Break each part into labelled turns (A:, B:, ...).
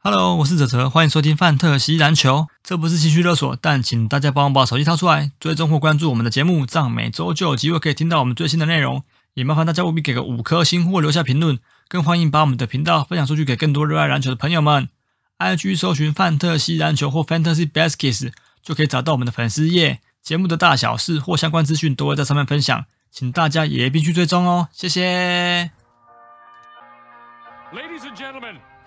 A: Hello，我是哲哲，欢迎收听《范特西篮球》。这不是情绪勒索，但请大家帮我把手机掏出来，追踪或关注我们的节目，这样每周就有机会可以听到我们最新的内容。也麻烦大家务必给个五颗星或留下评论，更欢迎把我们的频道分享出去给更多热爱篮球的朋友们。IG 搜寻“范特西篮球”或 “Fantasy Baskets” 就可以找到我们的粉丝页，节目的大小事或相关资讯都会在上面分享，请大家也必须追踪哦，谢谢。
B: Ladies and gentlemen,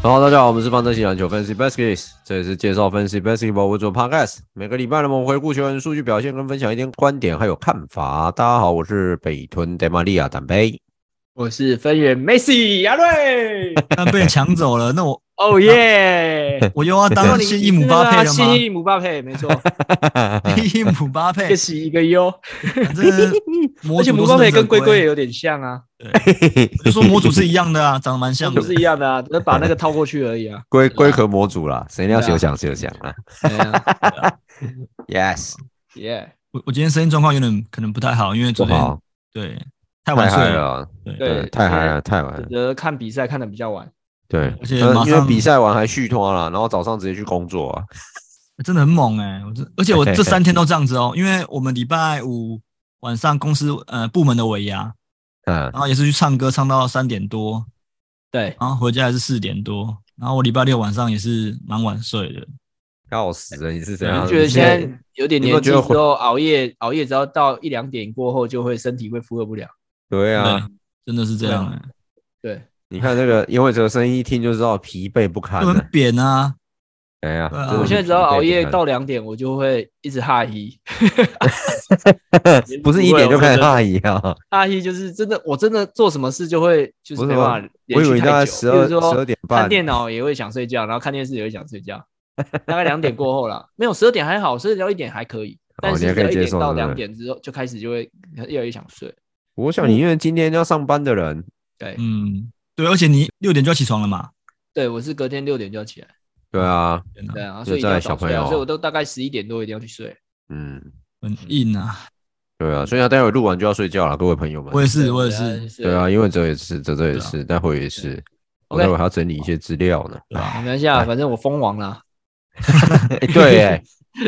C: 然后大家好，我们是范特西篮球 Fancy Baskets，这里是介绍 Fancy Basketball 为主的 Podcast。每个礼拜呢，我们回顾球员数据表现，跟分享一点观点还有看法。大家好，我是北屯德玛利亚坦杯。
D: 我是分园 Messi 阿 瑞，
A: 但被抢走了，那我
D: 哦耶！
A: 我又要当新一姆巴佩了吗
D: 新？啊一姆巴佩，没 错，
C: 哎
A: 新一姆巴
D: 一个
A: 佩，
D: 喜一个忧，
A: 反正 模
D: 而且
A: 组
D: 姆
A: 都是
D: 巴佩
A: 忍者
D: 跟龟龟也
A: 龟，
D: 有点像啊，
A: 我就说模组是一样的啊，长得蛮像
D: 不
A: 的。
D: 是一样的啊，只是把那个套过去而已 啊。
C: 龟龟壳模组啦，谁要休想休想啊
D: 对啊
C: ！Yes，
D: 耶，
A: 我我今天声音状况有点可能不太好，因为
C: 不
A: 昨天
C: 好，
A: 对太
C: 太
A: 晚睡
C: 嗨，了，
A: 对，
C: 对
D: 对，，
C: 太嗨了，太晚
D: 觉
C: 了，
D: 得看比赛看的比较晚，
C: 对，
A: 而且
C: 呃
A: 马
C: 因为
A: 上
C: 比赛完还续拖了，然后早上直接去工作啊。
A: 真的很猛哎、我这而且我这三天都这样子哦，因为我们礼拜五晚上公司呃部门的尾牙，
C: 嗯，
A: 然后也是去唱歌，唱到三点多，
D: 对，
A: 然后回家也是四点多，然后我礼拜六晚上也是蛮晚睡的，
C: 要死了，你是怎样？
A: 啊
D: 觉得
C: 你
D: 现
C: 是
D: 在有点
C: 你有没有
D: 年纪
C: 觉
D: 之
C: 得
D: 后熬夜熬夜，只要到一两点过后，就会身体会负荷不了。
C: 对啊，
A: 对，真的是这样、欸，
D: 对，
C: 你看这个，因为这个声音一听就知道疲惫不堪
A: 就
C: 了
A: 很。扁啊，
C: 哎呀，
A: 对啊
C: 真的是
D: 我现在只要
C: 疲惫
D: 熬
C: 不
D: 夜
C: 堪
D: 到两点，我就会一直哈一
C: 不是一点就开始大姨啊！
D: 哈一，就是真的，我真的做什么事就会就是
C: 不是
D: 没
C: 吗我
D: 办法连
C: 以为
D: 续
C: 你
D: 太
C: 大概
D: 久，
C: 十
D: 比
C: 二
D: 如
C: 十
D: 说
C: 二点半
D: 看，电脑也会想睡觉，然后看电视也会想睡 觉，大概两点过后啦。没有十二点还好，十二点到一点还可以，但
C: 哦你还
D: 是
C: 可以
D: 一
C: 接
D: 点
C: 受对
D: 到
C: 不对
D: 两点之后就开始就会越来越想睡。
C: 我想你因为今天要上班的人，
D: 对，
A: 嗯，对，而且你六点就要起床了嘛，
D: 对我是隔天六点就要起来，
C: 对啊，
D: 对啊，
C: 就
D: 所以一定要
C: 在小
D: 早
C: 朋
D: 睡啊，
C: 友
D: 所以我都大概十一点多一定要去睡。
C: 嗯，
A: 很硬啊，
C: 对啊，所以他待会录完就要睡觉了，各位朋友们
A: 我。也是，
D: 嗯对
A: 我也
D: 大概
A: 是，
D: 是
C: 对啊，，因为这也是，这这也
A: 对啊
C: 是，待会也是，我
D: OK
C: 待会还要整理一些资料呢。
A: 对吧？
D: 没关系啊，反正我封王了。
C: 哎 对，哎，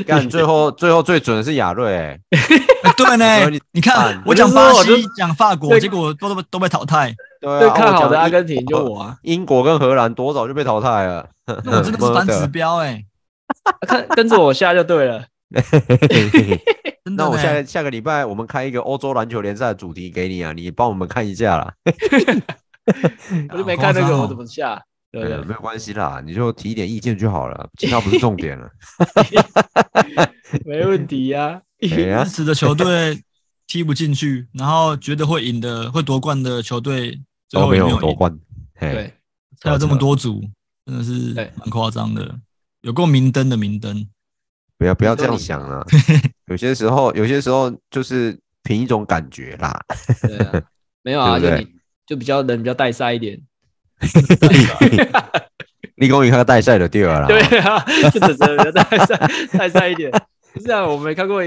C: 干最后最后最准的是亚瑞，哎，
A: 哎对
C: 我说
A: 呢
C: 你，
A: 你看
C: 惨
A: 我讲巴
D: 我就
A: 西
D: 说我，
A: 讲法国，
D: 对
A: 结果都都都被淘汰，
C: 对
D: 最
C: 啊，
D: 看
C: 我
D: 好
C: 讲
D: 的阿
C: 英
D: 根廷就
C: 国
D: 我啊，
C: 英国跟荷兰多早就被淘汰了，
A: 那我真的是反
C: 啊
A: 指标哎、
D: 看跟着我下就对了。
A: 真的
C: 那
A: 呢。
C: 我下个下个礼拜我们开一个欧洲篮球联赛的主题给你啊，你帮我们看一下啦。
D: 我就没看
A: 好夸
D: 那个，
A: 张哦
D: 我怎么下？对不啊
C: 呃，
D: 对？
C: 没有关系啦，你就提一点意见就好了，其他不是重点了。
D: 没问题啊呀。
C: 哎呀
A: 支，持的球队踢不进去，然后觉得会赢的、会夺冠的球队，最
C: 都
A: 后
C: 哦没
A: 也没
C: 有
A: 有
C: 夺
A: 赢，
C: 冠，嘿，
D: 对，
A: 还有这么多组，真的是
D: 对
A: 蛮夸张的，有够明灯的明灯。
C: 不要不要
D: 你
C: 这
D: 说
C: 样
D: 你
C: 想啊。 有些时候，有些时候就是凭一种感觉啦。
D: 对啊，没有 啊，
C: 对
D: 就
C: 不对
D: 你就比较人比较带塞一点。
C: 立功一看带赛的第二啦，
D: 对啊，就只能比较带塞带塞一点。不是啊，我没看过，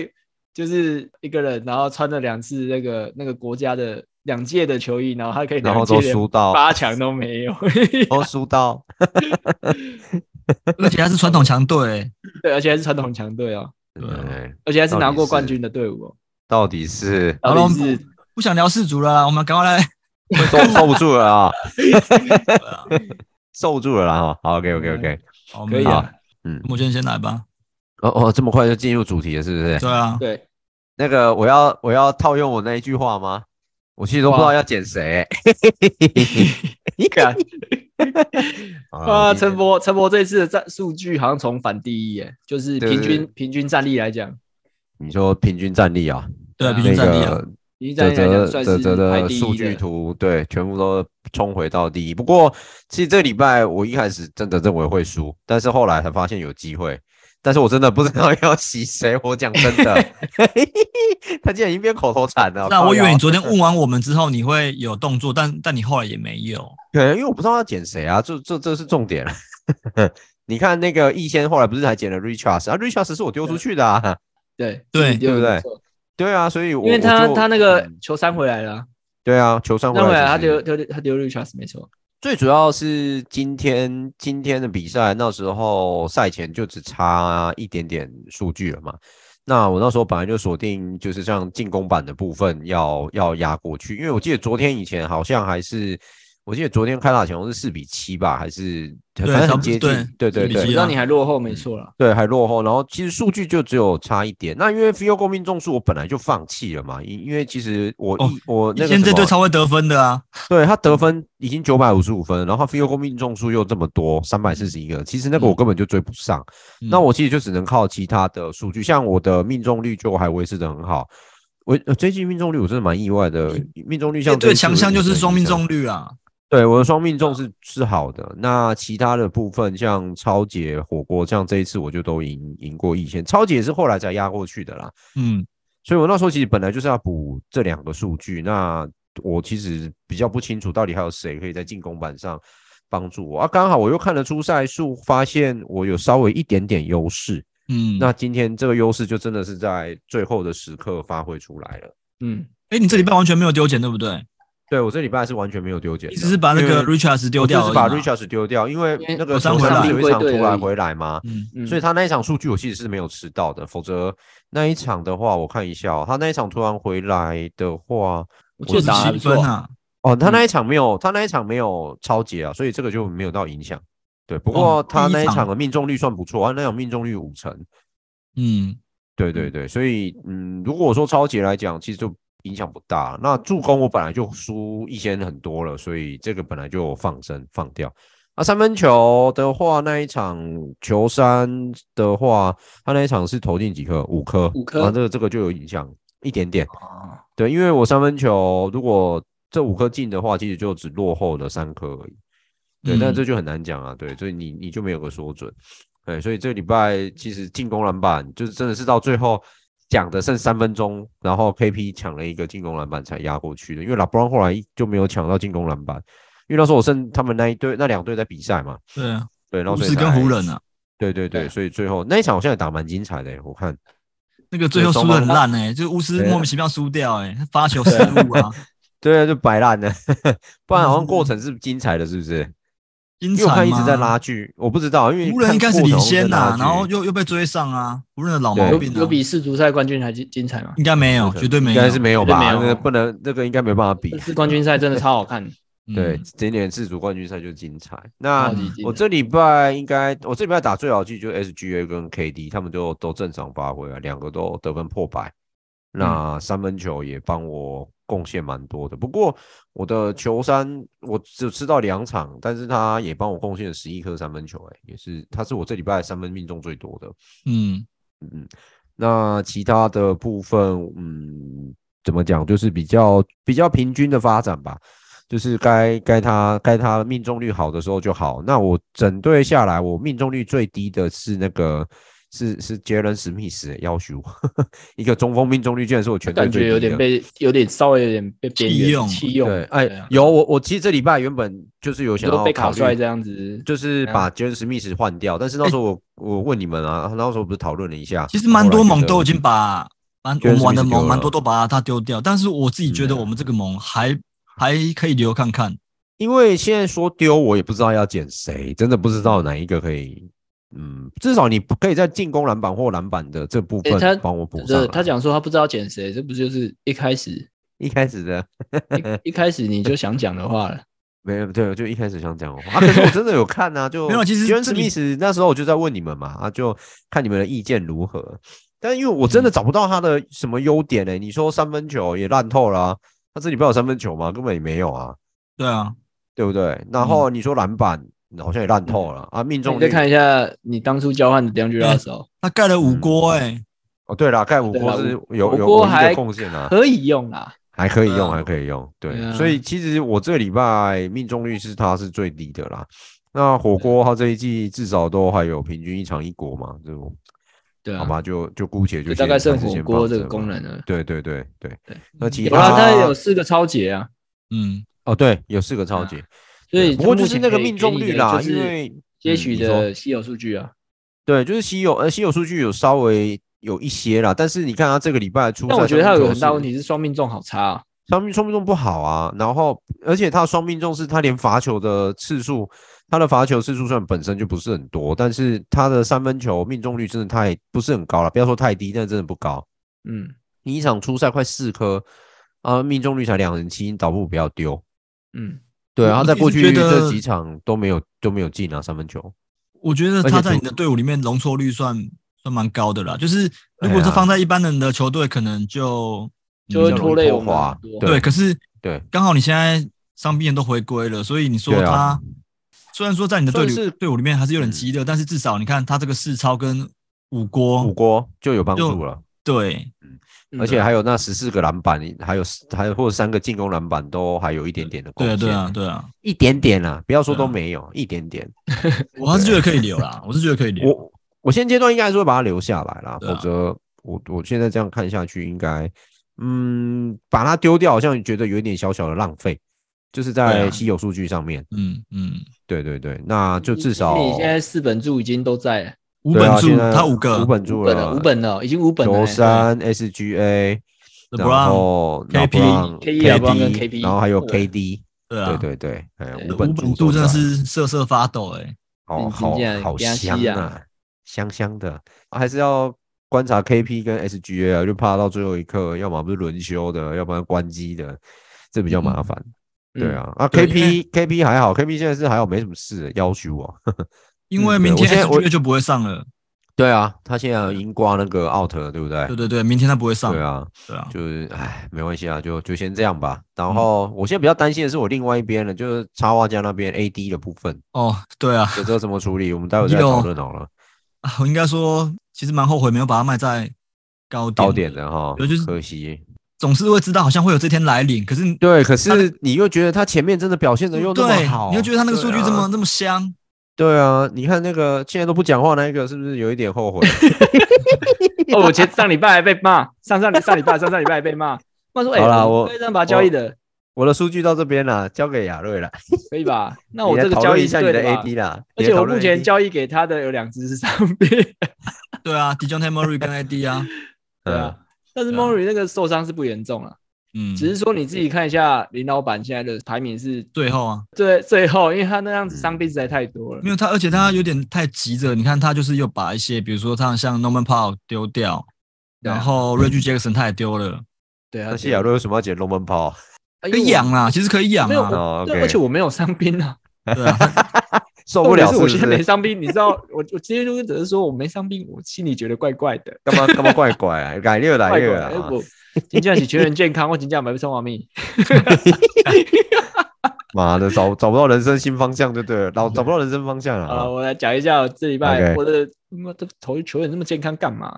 D: 就是一个人，然后穿了两次那个那个国家的两届的球衣，然后他可以
C: 然
D: 两
C: 后
D: 届
C: 都
D: 连
C: 输到，
D: 八强都没有。
C: 都输到，
A: 而且还是传统强队、欸
D: 对，而且还是传统强队哦，
A: 对啊
C: 对，
D: 而且还是拿
C: 到底
D: 过
C: 是
D: 冠军的队伍哦。
C: 到底是
A: 好了
D: 到底是
A: 不想聊世足了啦，我们赶快 来。啊
C: 受受不住了啊，受不住了啦哈。好，OK OK OK，
A: 好
D: 可以，
A: 我们
D: 啊，
C: 嗯，
A: 我先先来吧。
C: 哦哦，这么快就进入主题了，是不是？
A: 对啊，
D: 对，
C: 那个我要我要套用我那一句话吗？我其实都不知道
D: 哇
C: 要剪谁。
D: 看
C: 好啦
D: 啊，
C: 我今天
D: 陈博，陈博这一次的战数据好像重返第一耶，就是
C: 对
D: 平
C: 对
D: 均平均战力来讲，
C: 你说平均战力啊，
A: 对啊，
D: 对啊
A: 平均
C: 那
A: 战力啊，
C: 个
D: 平均
C: 泽泽
D: 战力来讲算
C: 泽
D: 是
C: 泽
D: 排
C: 的
D: 第
C: 数
D: 一
C: 据
D: 的。
C: 图，对，全部都冲回到第一。不过，其实这个礼拜我一开始真的认为会输，但是后来才发现有机会。但是我真的不知道 要洗谁，我讲真的， 他竟然已经变口头禅了。
A: 那我以为你昨
C: 天
A: 天问完我们之后，你会有动作，但但你后来也没有。
C: 可能因为我不知道要剪谁啊，这这这是重点。 你看那个易先后来不是还剪了 Richards 啊？Richards 是我丢出去的啊，
D: 对
A: 对
D: 对
C: 对不对？对啊，所以我
D: 因为
C: 我
D: 他
C: 就
D: 他那个
C: 嗯
D: 球三回来了啊，
C: 对啊，球上回
D: 那
C: 来
D: 回来他
C: 就是
D: 丢丢他丢 Richards 没错，
C: 最主要是今天今天的比赛，那时候赛前就只差一点点数据了嘛。那我那时候本来就锁定，就是像进攻版的部分要要压过去，因为我记得昨天以前好像还是，我记得昨天开打前好像是四比七吧，还是反正
A: 差
C: 很
A: 不
C: 接
A: 多
C: 近，对对
A: 4比7
C: 对
A: 啊
D: 你知道你还落后没错了，
C: 对，还落后。然后其实数据就只有差一点。那因为 field goal 命中数我本来就放弃了嘛，因因为其实我
A: 哦
C: 一我那个
A: 现在
C: 什
A: 这
C: 么
A: 队超会得分的啊，
C: 对他得分已经九百五十五分，然后 field goal 命中数又这么多，三百四十一个，其实那个我根本就追不上。
A: 嗯
C: 那我其实就只能靠其他的数据，像我的命中率就还维持的很好。我呃这一季命中率我真的蛮意外的，
A: 嗯
C: 命中率像这
A: 对
C: 一季
A: 强项就是双命
C: 我
A: 中率啊。
C: 对，我的双命中是是好的。那其他的部分，像超姐火锅，像这一次我就都赢赢过一千，超姐是后来才压过去的啦。
A: 嗯，
C: 所以我那时候其实本来就是要补这两个数据。那我其实比较不清楚到底还有谁可以在进攻板上帮助我啊。刚好我又看了出赛数，发现我有稍微一点点优势。
A: 嗯，
C: 那今天这个优势就真的是在最后的时刻发挥出来了。
D: 嗯，
A: 哎，你这礼拜完全没有丢钱，对不对？
C: 对我这礼拜是完全没有丢捡的，
A: 你只是把那个
C: 因为
A: Richards 丢掉而
C: 我就是
A: 已嘛
C: 把 Richards 丢掉，因为
D: 因为
C: 那
A: 我
C: 个
A: 上
C: 球
A: 回来
C: 上有一场突
D: 归队而
C: 然
D: 已
C: 回来嘛，
A: 嗯，
D: 嗯
C: 所以他那一场数据我其实是没有吃到的，否则那一场的话，我看一下、哦，他那一场突然回来的话，
D: 我
A: 就
D: 记得
A: 是
D: 打得还
A: 七
D: 不错
A: 分，啊。
C: 哦，他那一场没有，他那一场没有超节啊，所以这个就没有到影响。对，不过
A: 哦
C: 他
A: 第一
C: 那一
A: 场
C: 场的命中率算不错，他啊那场命中率五成。
A: 嗯，
C: 对对对，所以嗯，如果我说超节来讲，其实就影响不大。那助攻我本来就输一些很多了，所以这个本来就放生放掉。那三分球的话，那一场球三的话，他那一场是投进几颗？五颗，
D: 五颗
C: 啊，这个这个就有影响一点点。
D: 哦，
C: 对，因为我三分球如果这五颗进的话，其实就只落后了三颗而已。对，
A: 嗯
C: 但这就很难讲啊。对，所以你你就没有个说准。对，所以这个礼拜其实进攻篮板就是真的是到最后讲的剩三分钟，然后 KP 抢了一个进攻篮板才压过去的，因为拉布朗后来就没有抢到进攻篮板，因为那时候我剩他们那一队那两队在比赛嘛。
A: 对啊，
C: 对，然后
A: 巫
C: 所以
A: 师跟
C: 才
A: 湖人啊，
C: 对对对，
D: 对
C: 所以最后那一场好像也打蛮精彩的、欸我看。
A: 那个最后输的很烂哎，就巫师
C: 对啊
A: 莫名其妙输掉哎，发球失误啊，
C: 对啊，就摆烂了， 不
A: 嗯
C: 然好像过程是精彩的，是不是？
A: 因
C: 因为我看
A: 惨
C: 一直在
A: 吗
C: 拉锯，我不知道，因为
A: 湖人一开始
C: 看过
A: 领
C: 程我
A: 先
C: 在拉
A: 呐、
C: 锯
A: 然后又又被追上啊，湖人的老毛
C: 对
D: 有
A: 病、啊、
D: 有比世足赛冠军还精精彩吗？
A: 应该没有，绝对没
C: 应
A: 有，
C: 该是没有啊吧？
D: 绝对没
C: 那个
D: 有
C: 不能，那个应该没办法比
D: 这。次冠军赛真的超好看，
A: 嗯
C: 对，今年世足冠军赛就精彩。
D: 超
C: 那
D: 级精彩
C: 啊我这礼拜应该，我这礼拜打最好记就是 SGA 跟 KD，他们就都正常发挥啊，两个都得分破百，
A: 嗯
C: 那三分球也帮我贡献蛮多的。不过我的球三我只吃到两场，但是他也帮我贡献了十一颗三分球、欸，也是他是我这礼拜三分命中最多的。
A: 嗯，
C: 嗯，那其他的部分，嗯，怎么讲，就是比较比较平均的发展吧，就是该该他该他命中率好的时候就好。那我整队下来，我命中率最低的是那个是是杰伦史密斯欸要求， 一个中锋命中率居然是我全队
D: 感
C: 最低的。
D: 觉有点被有点稍微有点被边
A: 弃用
D: 缘弃用
C: 对，，
D: 对啊
C: 哎，有我我其实这礼拜原本就是有
D: 你
C: 想
D: 都
C: 要
D: 被
C: 考
D: 卡
C: 虑
D: 帅这样子，啊哎
C: 就是把杰伦史密斯换掉，但是那时候我、我问你们啊，那时候不是讨论了一下，
A: 其实蛮多
C: 后来觉
A: 盟
C: 得
A: 都已经把蛮我
C: 觉得
A: 们玩的
C: 是不是
A: 盟
C: 丢了
A: 蛮多都把它丢掉，但是我自己觉得
C: 嗯
A: 我们这个盟还、还可以留看看，
C: 因为现在说丢，我也不知道要捡谁，真的不知道哪一个可以。嗯，至少你不可以在进攻篮板或篮板的这部
D: 诶他呃
C: 分帮我补上来、
D: 对，他讲说他不知道捡谁，这不就是一开始
C: 一开始的
D: 一一开始你就想讲的话了？
C: 没有，对，我就一开始想讲的话，啊，可是我真的有看 啊，就
A: 没有其实
C: 杰伦史
A: 这里
C: 密斯那时候我就在问你们嘛，啊，就看你们的意见如何。但因为我
A: 嗯
C: 真的找不到他的什么优点呢、欸你说三分球也烂透了、啊，他这里边有三分球吗？根本也没有啊，
A: 对啊，
C: 对不对？然后你说篮板好像也烂透了、啊，命中
D: 嗯你
C: 率
D: 再看一下你当初交换的 d a n g e r o s
A: 他盖了
C: 嗯
A: 五锅哎、
C: 哦，对啦，盖五
D: 对
C: 锅
D: 啦
C: 是
D: 五
C: 有
D: 火
C: 有
D: 锅
C: 唯一的
D: 还
C: 贡献啊，
D: 可以用啦，
C: 还可以
A: 对
C: 用，
A: 啊
C: 还可以用。对
D: 对，啊
C: 所以其实我这个礼拜命中率是它是最
D: 啊
C: 低的啦。那火锅它这一季至少都还有平均一场一锅嘛，就
D: 对啊，
C: 好吧，就就姑且就
D: 就大概
C: 先
D: 剩
C: 尝试
D: 火
C: 先
D: 锅
C: 放
D: 这个
C: 着
D: 功
C: 嘛
D: 能了。
C: 对对对对
D: 对，嗯
C: 那其
D: 有啦，
C: 他
D: 它有四个超节啊，
A: 嗯，
C: 哦，对，有四个超
D: 啊
C: 级，
D: 所以
C: 不过就
D: 目
C: 是
D: 前
C: 那个
D: 可以
C: 命
D: 给
C: 中
D: 你
C: 率
D: 的
C: 啦，
D: 就是
C: 因为
D: 接
C: 嗯
D: 取
C: 你说
D: 的稀有数据啊。
C: 对，就是稀有呃稀有数据有稍微有一些啦，但是你看他这个礼拜出，
D: 但我觉得它有个很大问，题是双命中好差啊。
C: 双命双命中不好啊，然后而且他的双命中是他连罚球的次数，他的罚球次数虽然本身就不是很多，但是他的三分球命中率真的太不是很高了，不要说太低，但真的不高，
D: 嗯
C: 你一场出赛快四颗啊，命中率才两成七，你倒不如不要丢。
D: 嗯，
C: 对，啊
A: 我
C: 他
A: 我
C: 在
A: 一
C: 过
A: 直觉
C: 去
A: 得
C: 这几场都没有都没有进啊三分球。
A: 我觉得
C: 而且
A: 他在
C: 主
A: 你的队伍里面容错率算算蛮高的啦。就是如果
C: 哎
A: 是
C: 呀
A: 放在一般人的球队，可能就
D: 就会
A: 嗯
D: 拖累我们很多。
C: 对
A: 对，可是
C: 对，
A: 刚好你现在伤病人都回归了，所以你说
C: 对
A: 他、
C: 啊
A: 虽然说在你的队
C: 算
A: 里
C: 是
A: 队伍里面还是有点
C: 嗯
A: 激烈，但是至少你看他这个四超跟五锅，
C: 五锅就有帮
A: 就
C: 助了，
A: 对
D: 嗯
C: 而且还有那十四个篮板，还有还有或者三个进攻篮板都还有一点点的贡
A: 对啊
C: 献，
A: 对啊对啊，
C: 一点点啦、不要说
A: 对
C: 都
A: 啊
C: 没有，一点点。
A: 我还是觉得可以留啦，我是觉得可以留。
C: 我我现阶段应该还是会把它留下来啦，
A: 对啊
C: 否则我我现在这样看下去，应该嗯把它丢掉，好像觉得有一点小小的浪费，就是
A: 对
C: 在
A: 啊
C: 稀有数据上面。
A: 嗯嗯，
C: 对对对，那就至少
D: 你现在四本柱已经都在了
A: 五
C: 对
A: 本
C: 啊
A: 柱
C: 现在
A: 他五个，
C: 五本柱
D: 五本了，
C: 了，
D: 五本了，已经五本了
C: 球
D: 欸。
C: 三 SGA，然
A: LeBron
C: 后
A: KP
C: LeBron
D: KD
C: KD
D: 跟 KP
C: 然后还有
D: 对
C: KD，
A: 对啊
C: 对，对对，哎，
D: 对
C: 五
A: 五
C: 本
A: 本
C: 柱
A: 柱真的
C: 在
A: 是瑟瑟发抖哎。
C: 好
D: 嗯
C: 哦好
D: 真的
C: 好
D: 惊死
C: 香啊
D: 啊，
C: 香香的，啊还是要观察 KP 跟 SGA 啊，就怕到最后一刻，要么不是轮休的，要不然关机的，这比较麻烦。
D: 嗯
C: 对啊，啊
A: 对因
C: KP KP 还好，KP 现在是还好，没什么事，欸要求哦 我。
A: 因为
C: 嗯对
A: 明
C: 我
A: 天
C: 现在
A: S
C: 我
A: G 就不会上了，
C: 对啊，他现在已经挂那个 out 了，对不对
A: 对？对对，明天他不会上，
C: 对啊，
A: 对啊，
C: 就是唉，没关系啊，就就先这样吧。然后我现在比较担心的是我另外一边的，就是插画家那边 AD 的部分，
A: 哦对啊，
C: 这这怎么处理？我们待会再讨论好了。
A: 啊我应该说其实蛮后悔没有把它卖在高点，
C: 高点的哈，
A: 对就是
C: 可惜。
A: 总是会知道好像会有这天来临，可是
C: 对，可是你又觉得他前面真的表现的又那么
A: 对
C: 好，
A: 你又觉得他那个数据这么
C: 对啊
A: 那么香，
C: 对啊？你看那个现在都不讲话那一个，是不是有一点后悔？啊
D: 哦，我前上礼拜还被骂，上上上礼拜上上礼拜还被骂，骂说哎，
C: 好啦我
D: 可以这样把它交易的，
C: 我的数据到这边了，交给亚瑞了。
D: 可以吧？那我
C: 你来
D: 这个
C: 讨
D: 交
C: 论
D: 易
C: 一下
D: 是
C: 你
D: 对
C: 的
D: 吧
C: AD 啦，
D: 而
C: 你
D: 且
C: 来
D: 我
C: 讨论
D: 目前
C: AD
D: 交易给他的有两只是伤病，
A: 对啊，Dejounte Murray 跟 AD 啊，
D: 对
C: 嗯
D: 啊，但是
A: 对啊
D: Murray 那个受伤是不严重啊，
A: 嗯，
D: 只是说你自己看一下林老板现在的排名是
A: 最后啊，
D: 最最后，因为他那样
C: 嗯
D: 子伤病实在太多了
A: 没。有他，而且他有点太急着，你看他就是又把一些，比如说他像 Norman Powell 丢掉，
D: 对啊
A: 然后 Reggie Jackson 他也丢了，
D: 对啊，哎
C: 那谢亚瑞为什么要捡龙门炮？
A: 可
D: 可
A: 以养啦，其实可以养
D: 没有
A: 啊，
C: 哦
D: 对，
C: ，OK
D: 而且我没有伤兵啊，
A: 对啊，他
C: 受不了
D: 重
C: 是
D: 点是我
C: 不
D: 现在没
C: 是？
D: 伤兵，你 知道，我我今天就是只是说我没伤兵，我心里觉得怪怪的，
C: 干嘛干嘛怪怪啊？改六来
D: 怪怪
C: 六
D: 的。哎
C: 啊！
D: 我今天是全人健康，我今天买不上王命，
C: 妈的，找找不到人生新方向就对了， 老找不到人生方向了
D: 好了，
C: 啊！
D: 我来讲一下我这礼拜
C: OK
D: 我的，嗯我的头球员那么健康 干嘛？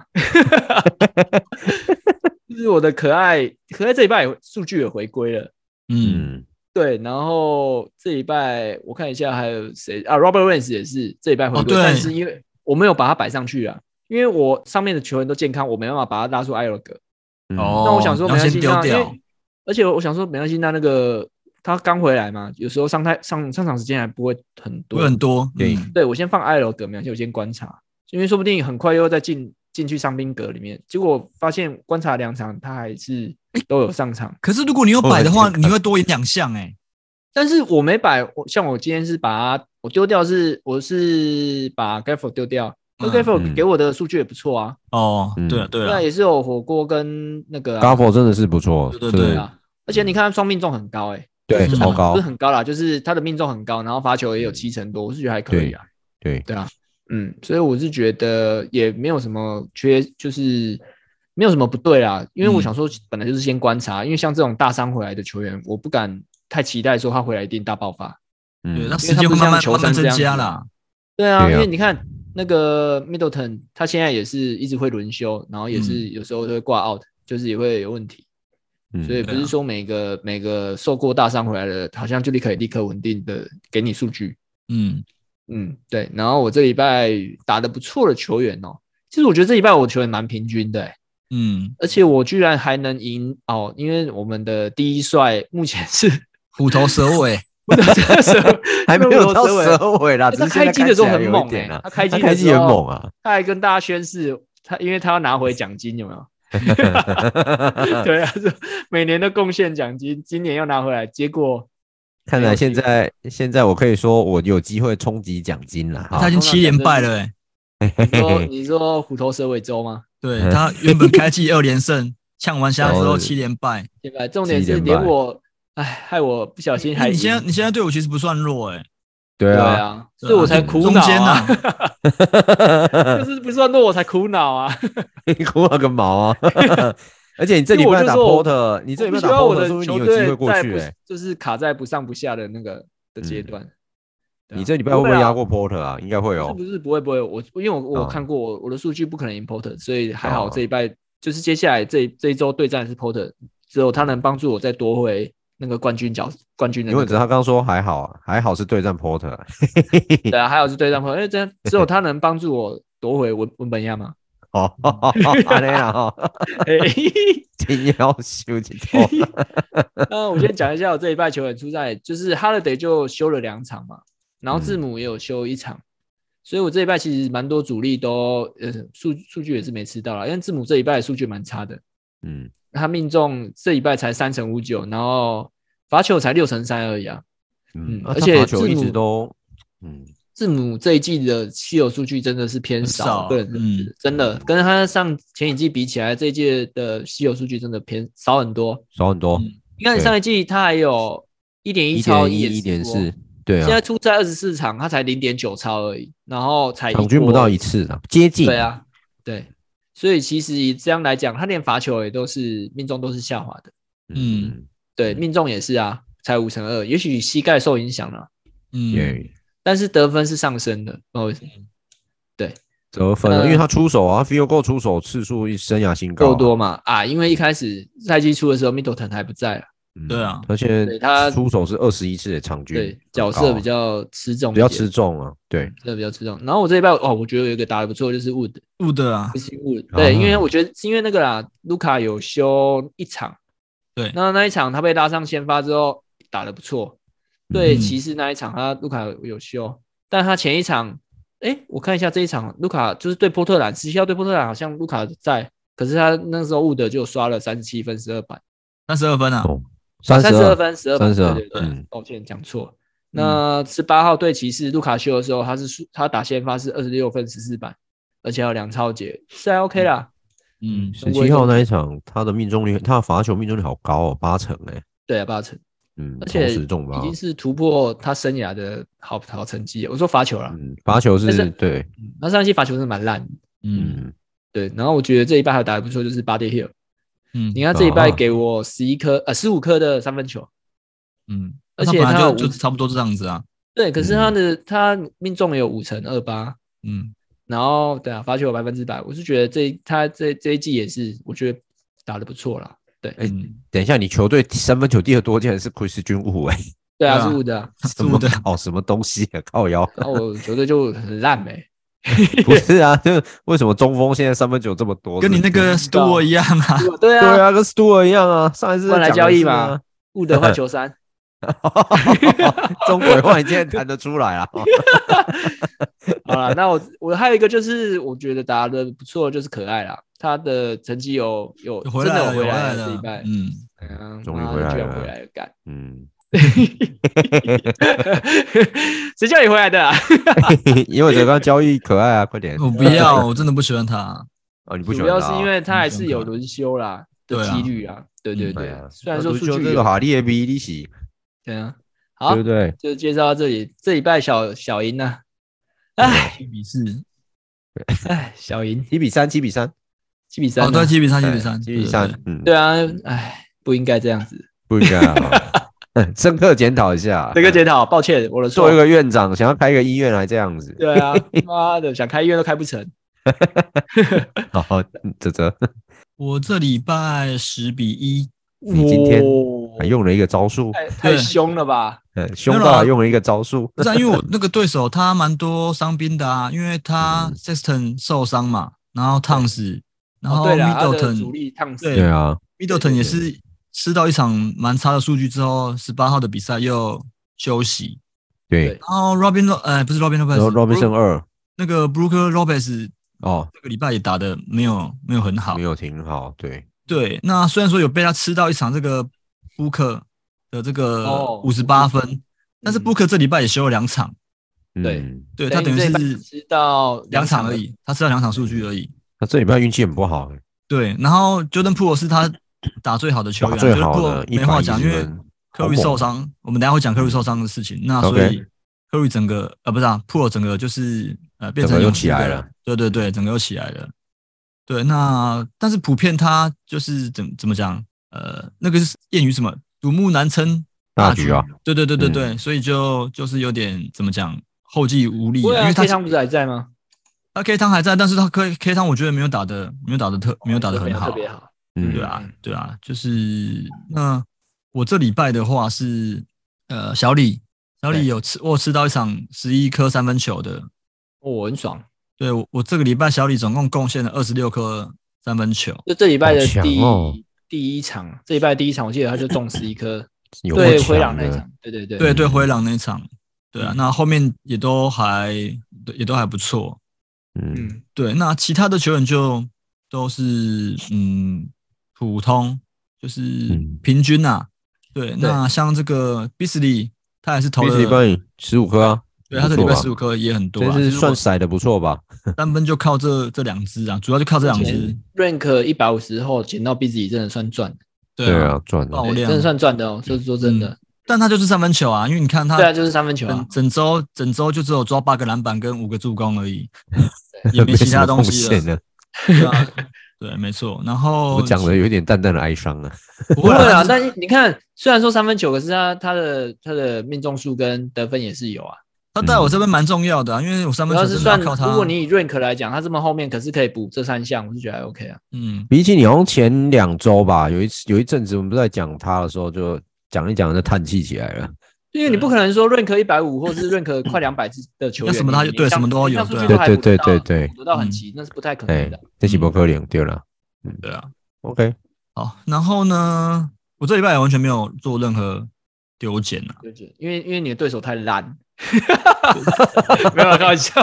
D: 就是我的可爱，可爱这礼拜也数据也回归了。
A: 嗯，
C: 嗯，
D: 对，然后这礼拜我看一下还有谁啊？Robert Williams 也是这礼拜回归，
A: 哦对
D: 但是因为我没有把它摆上去啊，因为我上面的球员都健康，我没办法把它拉出埃尔格。
C: 嗯
A: 哦
D: 那我想说
A: 你
D: 没
A: 要
D: 关
A: 先
D: 系，
A: 丢
D: 那因
A: 掉
D: 为而且我想说没关系，那那个他刚回来嘛，有时候上太上上场时间还不会很
A: 不会
D: 多。
A: 很多，
C: 对
A: 嗯，
D: 对我先放埃尔格，没关系，我先观察，因为说不定很快又再进进去伤兵格里面。结果发现观察两场，他还是都有上场。
A: 可是如果你有摆的话，
C: 哦很健康
A: 你会多赢两项哎，
D: 但是我没摆，我像我今天是把它我丢掉是，我是把 g a f f o 丢掉。那
A: 嗯
D: g a f f o
C: 嗯
D: 给我的数据也不错啊，
A: 哦
C: 嗯，
A: 对啊，对
D: 那
A: 啊，
D: 也是有火锅跟那个、
C: g a
D: 啊
C: f，o 真的是不错，
A: 对对
C: 是
A: 对
D: 啊而且你看他双命中很高哎、
C: 对，
A: 嗯
C: 超高
D: 不是，很高啦，就是他的命中很高，然后罚球也有七成多，我是觉得还可以啊，
C: 对，
D: 对啊，嗯，所以我是觉得也没有什么缺，就是没有什么不对啦，因为我
A: 嗯
D: 想说本来就是先观察，因为像这种大伤回来的球员，我不敢太期待说他回来一定大爆发，
A: 对，
C: 嗯
A: 那时间会慢慢
D: 因为
A: 慢
D: 他不是像
A: 慢增
D: 球
A: 加
D: 商这
A: 啦
D: 样，对啊，
C: 对啊
D: 因为你看那个 Middleton，他现在也是一直会轮休，然后也是有时候都会挂 out，、就是也会有问题，
C: 嗯
D: 所以不是说每个、每个受过大伤回来的，好像就立刻立刻稳定的给你数据。
A: 嗯，
D: 嗯，对。然后我这礼拜打得不错的球员哦，其实我觉得这一半我球也蛮平均的、欸，
A: 嗯，
D: 而且我居然还能赢哦，因为我们的第一帅目前是
A: 虎头蛇尾，
D: 不能这样说
C: 还没有到
D: 不能说
C: 蛇尾 啦，
D: 欸
C: 只
D: 他
C: 是现
D: 开
C: 在
D: 机
C: 看
D: 的
C: 起
D: 时候
C: 来
D: 很
C: 有
D: 猛
C: 一
D: 哎、
C: 点啦，啊
D: 他开机
C: 他
D: 的
C: 开机
D: 时
C: 很
D: 候
C: 猛 啊，
D: 他还跟大家宣誓，他因为他要拿回奖金，有没有？
C: 嗯
D: 对啊，就每年的贡献奖金，今年又拿回来，结果
C: 看来现在现在我可以说我有机会冲击奖金了
D: 啊
C: 哈
A: 他已。经七连败了、欸，
D: 你 说你说虎头蛇尾周吗？
A: 对他原本开季二连胜，呛完虾之后七连败，
D: 对吧？重点
C: 七
D: 是
C: 连
D: 连
C: 败
D: 我，哎，害我不小心还
A: 哎你现在
D: 赢
A: 你现在队伍其实不算弱哎、欸，
C: 对
D: 对
C: 啊，
D: 啊，所以我才苦
A: 中
D: 恼
A: 间
D: 啊，
A: 呐、
D: 就是不算弱我才苦恼啊。
C: 你 哭了个毛 啊！而且你这礼拜打
D: 因为我就
C: porter，你这
D: 我
C: 礼
D: 不
C: 拜
D: 希
C: 打
D: 望我
C: porter，
D: 的
C: 说不定你
D: 球
C: 有机
D: 队
C: 会过
D: 在
C: 去
D: 不
C: 哎。
D: 就是啊卡在不上不下的那个的阶
C: 嗯
D: 段。对啊
C: 你这礼拜会不会
D: 啊
C: 压过 porter 啊？应该会哦
D: 不。是不是不会不会，我因为我我
C: 哦
D: 看过我我的数据不可能赢 Porter，所以还好
C: 哦
D: 这一拜、就是接下来这这一周对战是 Porter，只有他能帮助我再夺回那个冠军角冠军的、
C: 因
D: 那
C: 为
D: 个
C: 只是他刚说还好啊， 还好是对战 porter 啊。
D: 对啊，还有是对战 Porter，因为真的只有他能帮助我夺回文文本 亚哎嘛。
C: 哦，安尼啦 吼，
D: 嘿嘿嘿
C: 真要 修一 套。哦
D: 那我先讲一下我这一拜球员出赛，就是 Holiday 就休了两场嘛，然后
C: 嗯
D: 字母也有休一场，所以我这一拜其实蛮多主力都呃数数据也是没吃到啦，因为字母这一拜的数据蛮差的。
C: 嗯，
D: 他命中这一拜才三成五九，然后罚球才六成三而已啊。嗯
C: 嗯，啊
D: 而
C: 他
D: 且
C: 罚球一
D: 字母
C: 直都，嗯，
D: 字母这一季的稀有数据真的是偏
A: 很
D: 少，
A: 少
D: 个人认
A: 嗯
D: 知真的跟他上前几季比起来，这一届的稀有数据真的偏少很多。
C: 少很多，
A: 嗯
D: 你看
C: 对
D: 上一季他还有一点一
C: 一
D: 超
C: 点一，一点
D: 点
C: 四，，对
D: 现在
C: 啊，
D: 出赛二十四场，他才零点九超而已，然后才
C: 场均不到一
D: 次。
C: 次啊，接近。
D: 对，啊，对，所以其实以这样来讲，他连罚球也都是命中都是下滑的。
A: 嗯，
D: 对，
C: 嗯
D: 命中也是啊，才五成二，也许膝盖受影响了，
A: 嗯，
C: 耶，但
D: 但是得分是上升的。哦，
C: 得分啊，
D: 呃
C: 因为他出手啊，field goal 出手次数一生涯新高啊，
D: 够多嘛？啊，因为一开始赛季初的时候，Middleton 还不在啊，
C: 嗯，
A: 对啊
C: 而且
D: 对他
C: 出手是二十一次的场均，
D: 对
C: 很，
D: 角
C: 高
D: 色
C: 啊
D: 比较吃重一
C: 比
D: 点，
C: 较吃重啊，对，
D: 真的比较吃重。然后我这一拜哦，我觉得有一个打的不错，就是 Wood，
A: 不的啊
D: 不，是 Wood，
C: 啊
D: 对，因为我觉得是因为那个啦，卢卡有休一场，
A: 对
D: 那那一场他被拉上先发之后打的不错，对
A: 嗯
D: 骑士那一场他卢卡有休，但他前一场，哎，我看一下这一场卢卡就是对波特兰，实际要对波特兰好像卢卡在，可是他那时候伍德就刷了三十七分十二板，
A: 三十二分啊，
C: 哦三
D: 十二，分十二板，
C: 32
D: 对对对
C: 嗯，
D: 抱歉讲错。那十八号对骑士卢卡休的时候，他是输他打先发是二十六分十四板，而且还有两超节，是还 OK 啦。
A: 嗯，
C: 十七号那一场他的命中率，他的罚球命中率好高哦，八成哎，
D: 对啊，八成，
C: 嗯，
D: 而
C: 同
D: 且
C: 时中
D: 已
C: 八，
D: 经是突破他生涯的好好成绩了。我说罚球了，
C: 嗯，罚球
D: 但
C: 是
D: 是
C: 对，
D: 他上一季罚球真的蛮烂的，
A: 嗯
C: 嗯，
D: 对。然后我觉得这一拜还有打得不错，就是巴蒂 hill，
A: 嗯
D: 你看这一拜
C: 啊
D: 给我十一颗呃十五颗的三分球，
A: 嗯，
D: 而
A: 那
D: 且
A: 他本来
D: 他有
A: 就
D: 五
A: 就差不多这样子啊，
D: 对，可是他的、他命中也有五成二八，
A: 嗯
D: 然后对啊，罚球有百分之百，我是觉得这一他这这一季也是我觉得打得不错啦。
C: 哎
A: 嗯，
C: 等一下，你球队三分球第二多竟然是奎斯军务哎，
D: 对啊，
A: 对啊
D: 是五的、啊，
A: 是
C: 什么
A: 不的，
C: 搞什么东西啊，靠腰
D: 然后我球队就很烂呗、
C: 不是啊，就为什么中锋现在三分球这么多？
A: 跟你那个 s t u 一样啊，
C: 对
D: 对啊，
C: 啊，跟 s t u 一样啊，上一次
D: 换来
C: 讲的
D: 交易
C: 是
D: 嘛
C: 啊，
D: 伍德换球衫，
C: 中鬼话你竟然谈得 出来啊！
D: 好了，那我我还有一个就是，我觉得打的不错，就是可爱啦，他的成绩有有
A: 有回
D: 真
A: 来
D: 的
A: 了，有
D: 有回来
A: 了
D: 这一拜，，
A: 嗯，
D: 嗯
C: 终于
D: 妈
C: 回
D: 的
C: 来
D: 居然
C: 了
D: 回来了，干，
C: 嗯，
D: 谁叫你回来的、啊？
C: 因为刚刚交易可爱啊，快点
A: 我不要，我真的不喜欢他，
C: 哦！你不喜
D: 主
C: 欢
D: 要
C: 他
D: 是
C: 啊？
D: 因为他还
A: 喜欢
D: 是
A: 可
D: 有
A: 爱
D: 轮休啦的
A: 对啊
D: 几率啊，对对
A: 嗯
D: 对，
C: 对啊，
D: 虽然说
C: 那足球
D: 数据
C: 这
D: 有
C: 个哈利也比利息，
D: 对啊，好
C: 对，不对？
D: 就介绍到这里，这礼拜小小赢啊呢、唉
C: 哎
A: 七比四，
D: 唉，哎小赢
C: 七比三，七比三，
D: 七比三、
A: 哦，
D: 啊，
A: 对，七比三，七
C: 七
A: 比三，
C: 七比
A: 对
C: 三，，嗯，
D: 对啊，唉，不应该这样子，
C: 不应该啊， 深刻检讨一下。
D: 这个检讨，抱歉，我的
C: 做
D: 错
C: 啊一。个院长，想要开个医院还这样子，
D: 对啊，妈的，想开医院都开不成。
C: 好，好，泽泽
A: 我这礼拜十比一，
C: 你今天
D: 哇
C: 还用了一个招数，
D: 太太
A: 对
D: 凶了吧？哦
C: 嗯凶
A: 没有
C: 到
A: 啦
C: 还用了一个招数，
A: 不是、啊、因为我那个对手他蛮多伤兵的啊，因为他
C: 嗯
A: Sexton 受伤嘛，然后烫死，然
D: 哦
A: 后
D: 对了，他的
A: Middleton、
D: 主力烫死，
A: 对
C: 对啊，
A: Middleton 也
C: 对
A: 是吃到一场蛮差的数据之后，十八号的比赛又休息。
C: 对
D: 对，
A: 然后 Robin 呃不是 Robin
C: 然后 Robinson
A: Lopez，Bru-
C: 二
A: 那个 Brooker Lopez
C: 哦
A: 这个礼拜也打的没有没有很好
C: 没。有挺好，对
A: 对，那虽然说有被他吃到一场这个 Booker 的这个
D: 哦
A: 五十八分，但是 Booker 这礼拜也休了两场，
D: 对
C: 嗯
A: 对他等于
D: 这一半只
A: 是
D: 吃到
A: 两场而
D: 了，
A: 已，他吃到两场数据而已。
C: 他这礼拜运气很不好，
A: 对，然后 Jordan p o o 是他打最好的球
C: 打
A: 员，
C: 最好
A: Jordan
C: 的
A: Poole
C: 一
A: 没
C: 百
A: 话
C: 一
A: 讲，因为
C: 十分，好
A: Curry
C: 猛
A: 受伤，我们等一下会讲 Curry 受伤的事情。那
C: OK
A: 所以 Curry 整个呃不是啊，Poole 整个就是呃变成
C: 整个又
A: 勇士
C: 起来
A: 的
C: 了，
A: 对对对，整个又起来了。对，那但是普遍他就是怎怎么讲？呃，那个是谚语什么？独木难撑
C: 大局啊，
A: 对对对对对，所以就就是有点怎么讲，后继无力、
D: 不会
A: 因
D: 啊
A: 为他
D: ，K 汤不是还在吗？
A: 他 K 汤还在，但是他 K K 汤我觉得没有打的没有打的特没有打的很好，
D: 哦特别好，
C: 嗯，
A: 对啊对啊，就是那我这礼拜的话是呃小李小李
D: 对
A: 有吃我有吃到一场十一颗三分球的，
D: 哦我很爽。
A: 对我我这个礼拜小李总共贡献了二十六颗三分球，
D: 就这礼拜的
C: 好强
D: 第
C: 哦
D: 一第一场，这礼拜第一场我记得他就中十一颗，
C: 有
D: 对
C: 够
D: 灰
C: 强
D: 狼那一
C: 的，
D: 场，对对
A: 对
D: 对对
A: 对灰狼那一场，对啊，那后面也都还对也都还不错，
C: 嗯，
D: 嗯，
A: 对，那其他的球员就都是嗯普通，就是
C: 嗯
A: 平均呐、对，那像这个 Bisley，他也是投
C: 比
A: 了，
C: 斯礼拜十五颗啊，
A: 对他这礼拜十
C: 五，
A: 五颗也很多、
C: 真
A: 啊，
C: 是算
A: 少。
C: 骰的不错吧？
A: 三分就靠这这两支啊，主要就靠这两支。
D: rank 一百五十后捡到 B 己真的算赚的，
A: 对
C: 对
A: 啊，
C: 啊，赚了
A: 爆
D: 对
A: 量
D: 真的算赚的哦，就是说真的，
A: 但他就是三分球啊，因为你看他
D: 对啊，就是三分球啊
A: 整，整周整周就只有抓八个篮板跟五个助攻而已， 也
C: 没
A: 没其
C: 什
A: 他
C: 么
A: 东
C: 贡
A: 西
C: 献
A: 了。
C: 呢。
A: 对啊，对，没错。然后
C: 我讲的有点淡淡的哀伤啊，
A: 不
D: 不
A: 会
D: 会
A: 啊
D: 啊，，但是你看，虽然说三分球，可是他他的他的命中数跟得分也是有啊，
A: 他在我这边蛮重要的、啊，因为我三
D: 主
A: 分
D: 要
A: 球
D: 是
A: 真
D: 算
A: 的要靠他。
D: 如果你以 rank 来讲，他这么后面可是可以补这三项，我是觉得还 OK 啊，
A: 嗯，
C: 比起你好像前两周吧，有一次有一阵子我们都在讲他的时候，就讲一讲就叹气起来了。
D: 因为你不可能说 rank 一百五或者是 rank 快两百 的球员，
A: 啊那什么他
D: 你你
A: 对
D: 像
A: 什么都有
D: 你像数
A: 对
D: 据
A: 啊嗯
D: 都还
C: 对
D: 补得
C: 对
D: 到
C: 对对
D: 补得到很齐，那是不太可
C: 哎、
D: 能的。，
C: 这几波科零对了
A: 对啊，
C: ，OK，
A: 好，然后呢，我这礼拜也完全没有做任何丢捡啊
D: 就是因为因为你的对手太烂， 没有开玩笑。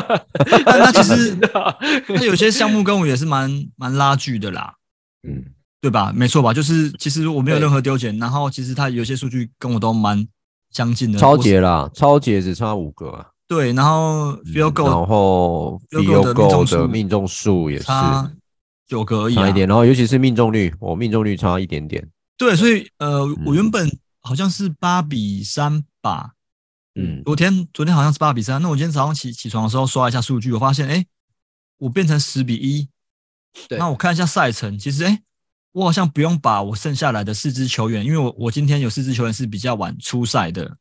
A: 但他其实
D: 对
A: 他有些项目跟我也是蛮蛮拉锯的啦，
C: 嗯，
A: 对吧？没错吧？就是其实我没有
D: 对
A: 任何丢捡，然后其实他有些数据跟我都蛮相近的，
C: 超
A: 我是
C: 杰啦，超杰只差五个啊，
A: 对，然后 field
C: 嗯然
A: goal
C: 后
A: field goal 的
C: Field
A: 命
C: goal
A: 中数
C: 的命中数也是
A: 差九个而已、啊，
C: 差一点，然后尤其是命中率，我、命中率差一点点，
A: 对，所以呃，我
C: 嗯
A: 原本好像是八比三吧，
C: 嗯，
A: 昨天昨天好像是八比三，那我今天早上起起床的时候刷一下数据，我发现哎、诶我变成十比一。
D: 对
A: 那我看一下赛程，其实哎、诶我好像不用把我剩下来的四支球员，因为我我今天有四支球员是比较晚出赛的，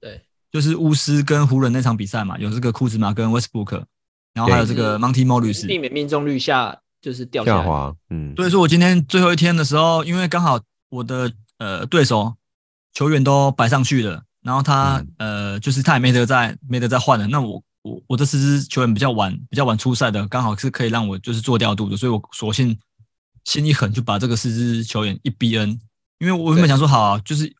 D: 对，
A: 就是巫师跟湖人那场比赛嘛，有这个库兹马跟 Westbrook，然后还有这个 Monty
D: 避
A: Morris。
D: 免命中率下就是掉下
C: 下
D: 来。
C: 滑，嗯，
A: 所以说我今天最后一天的时候，因为刚好我的呃对手球员都摆上去了，然后他、呃就是他也没得再没得再换了，那我我我这四支球员比较晚比较晚出赛的，刚好是可以让我就是做调度的，所以我索性心一狠就把这个四支球员一 B N，因为我原本
D: 对
A: 想说好啊、就是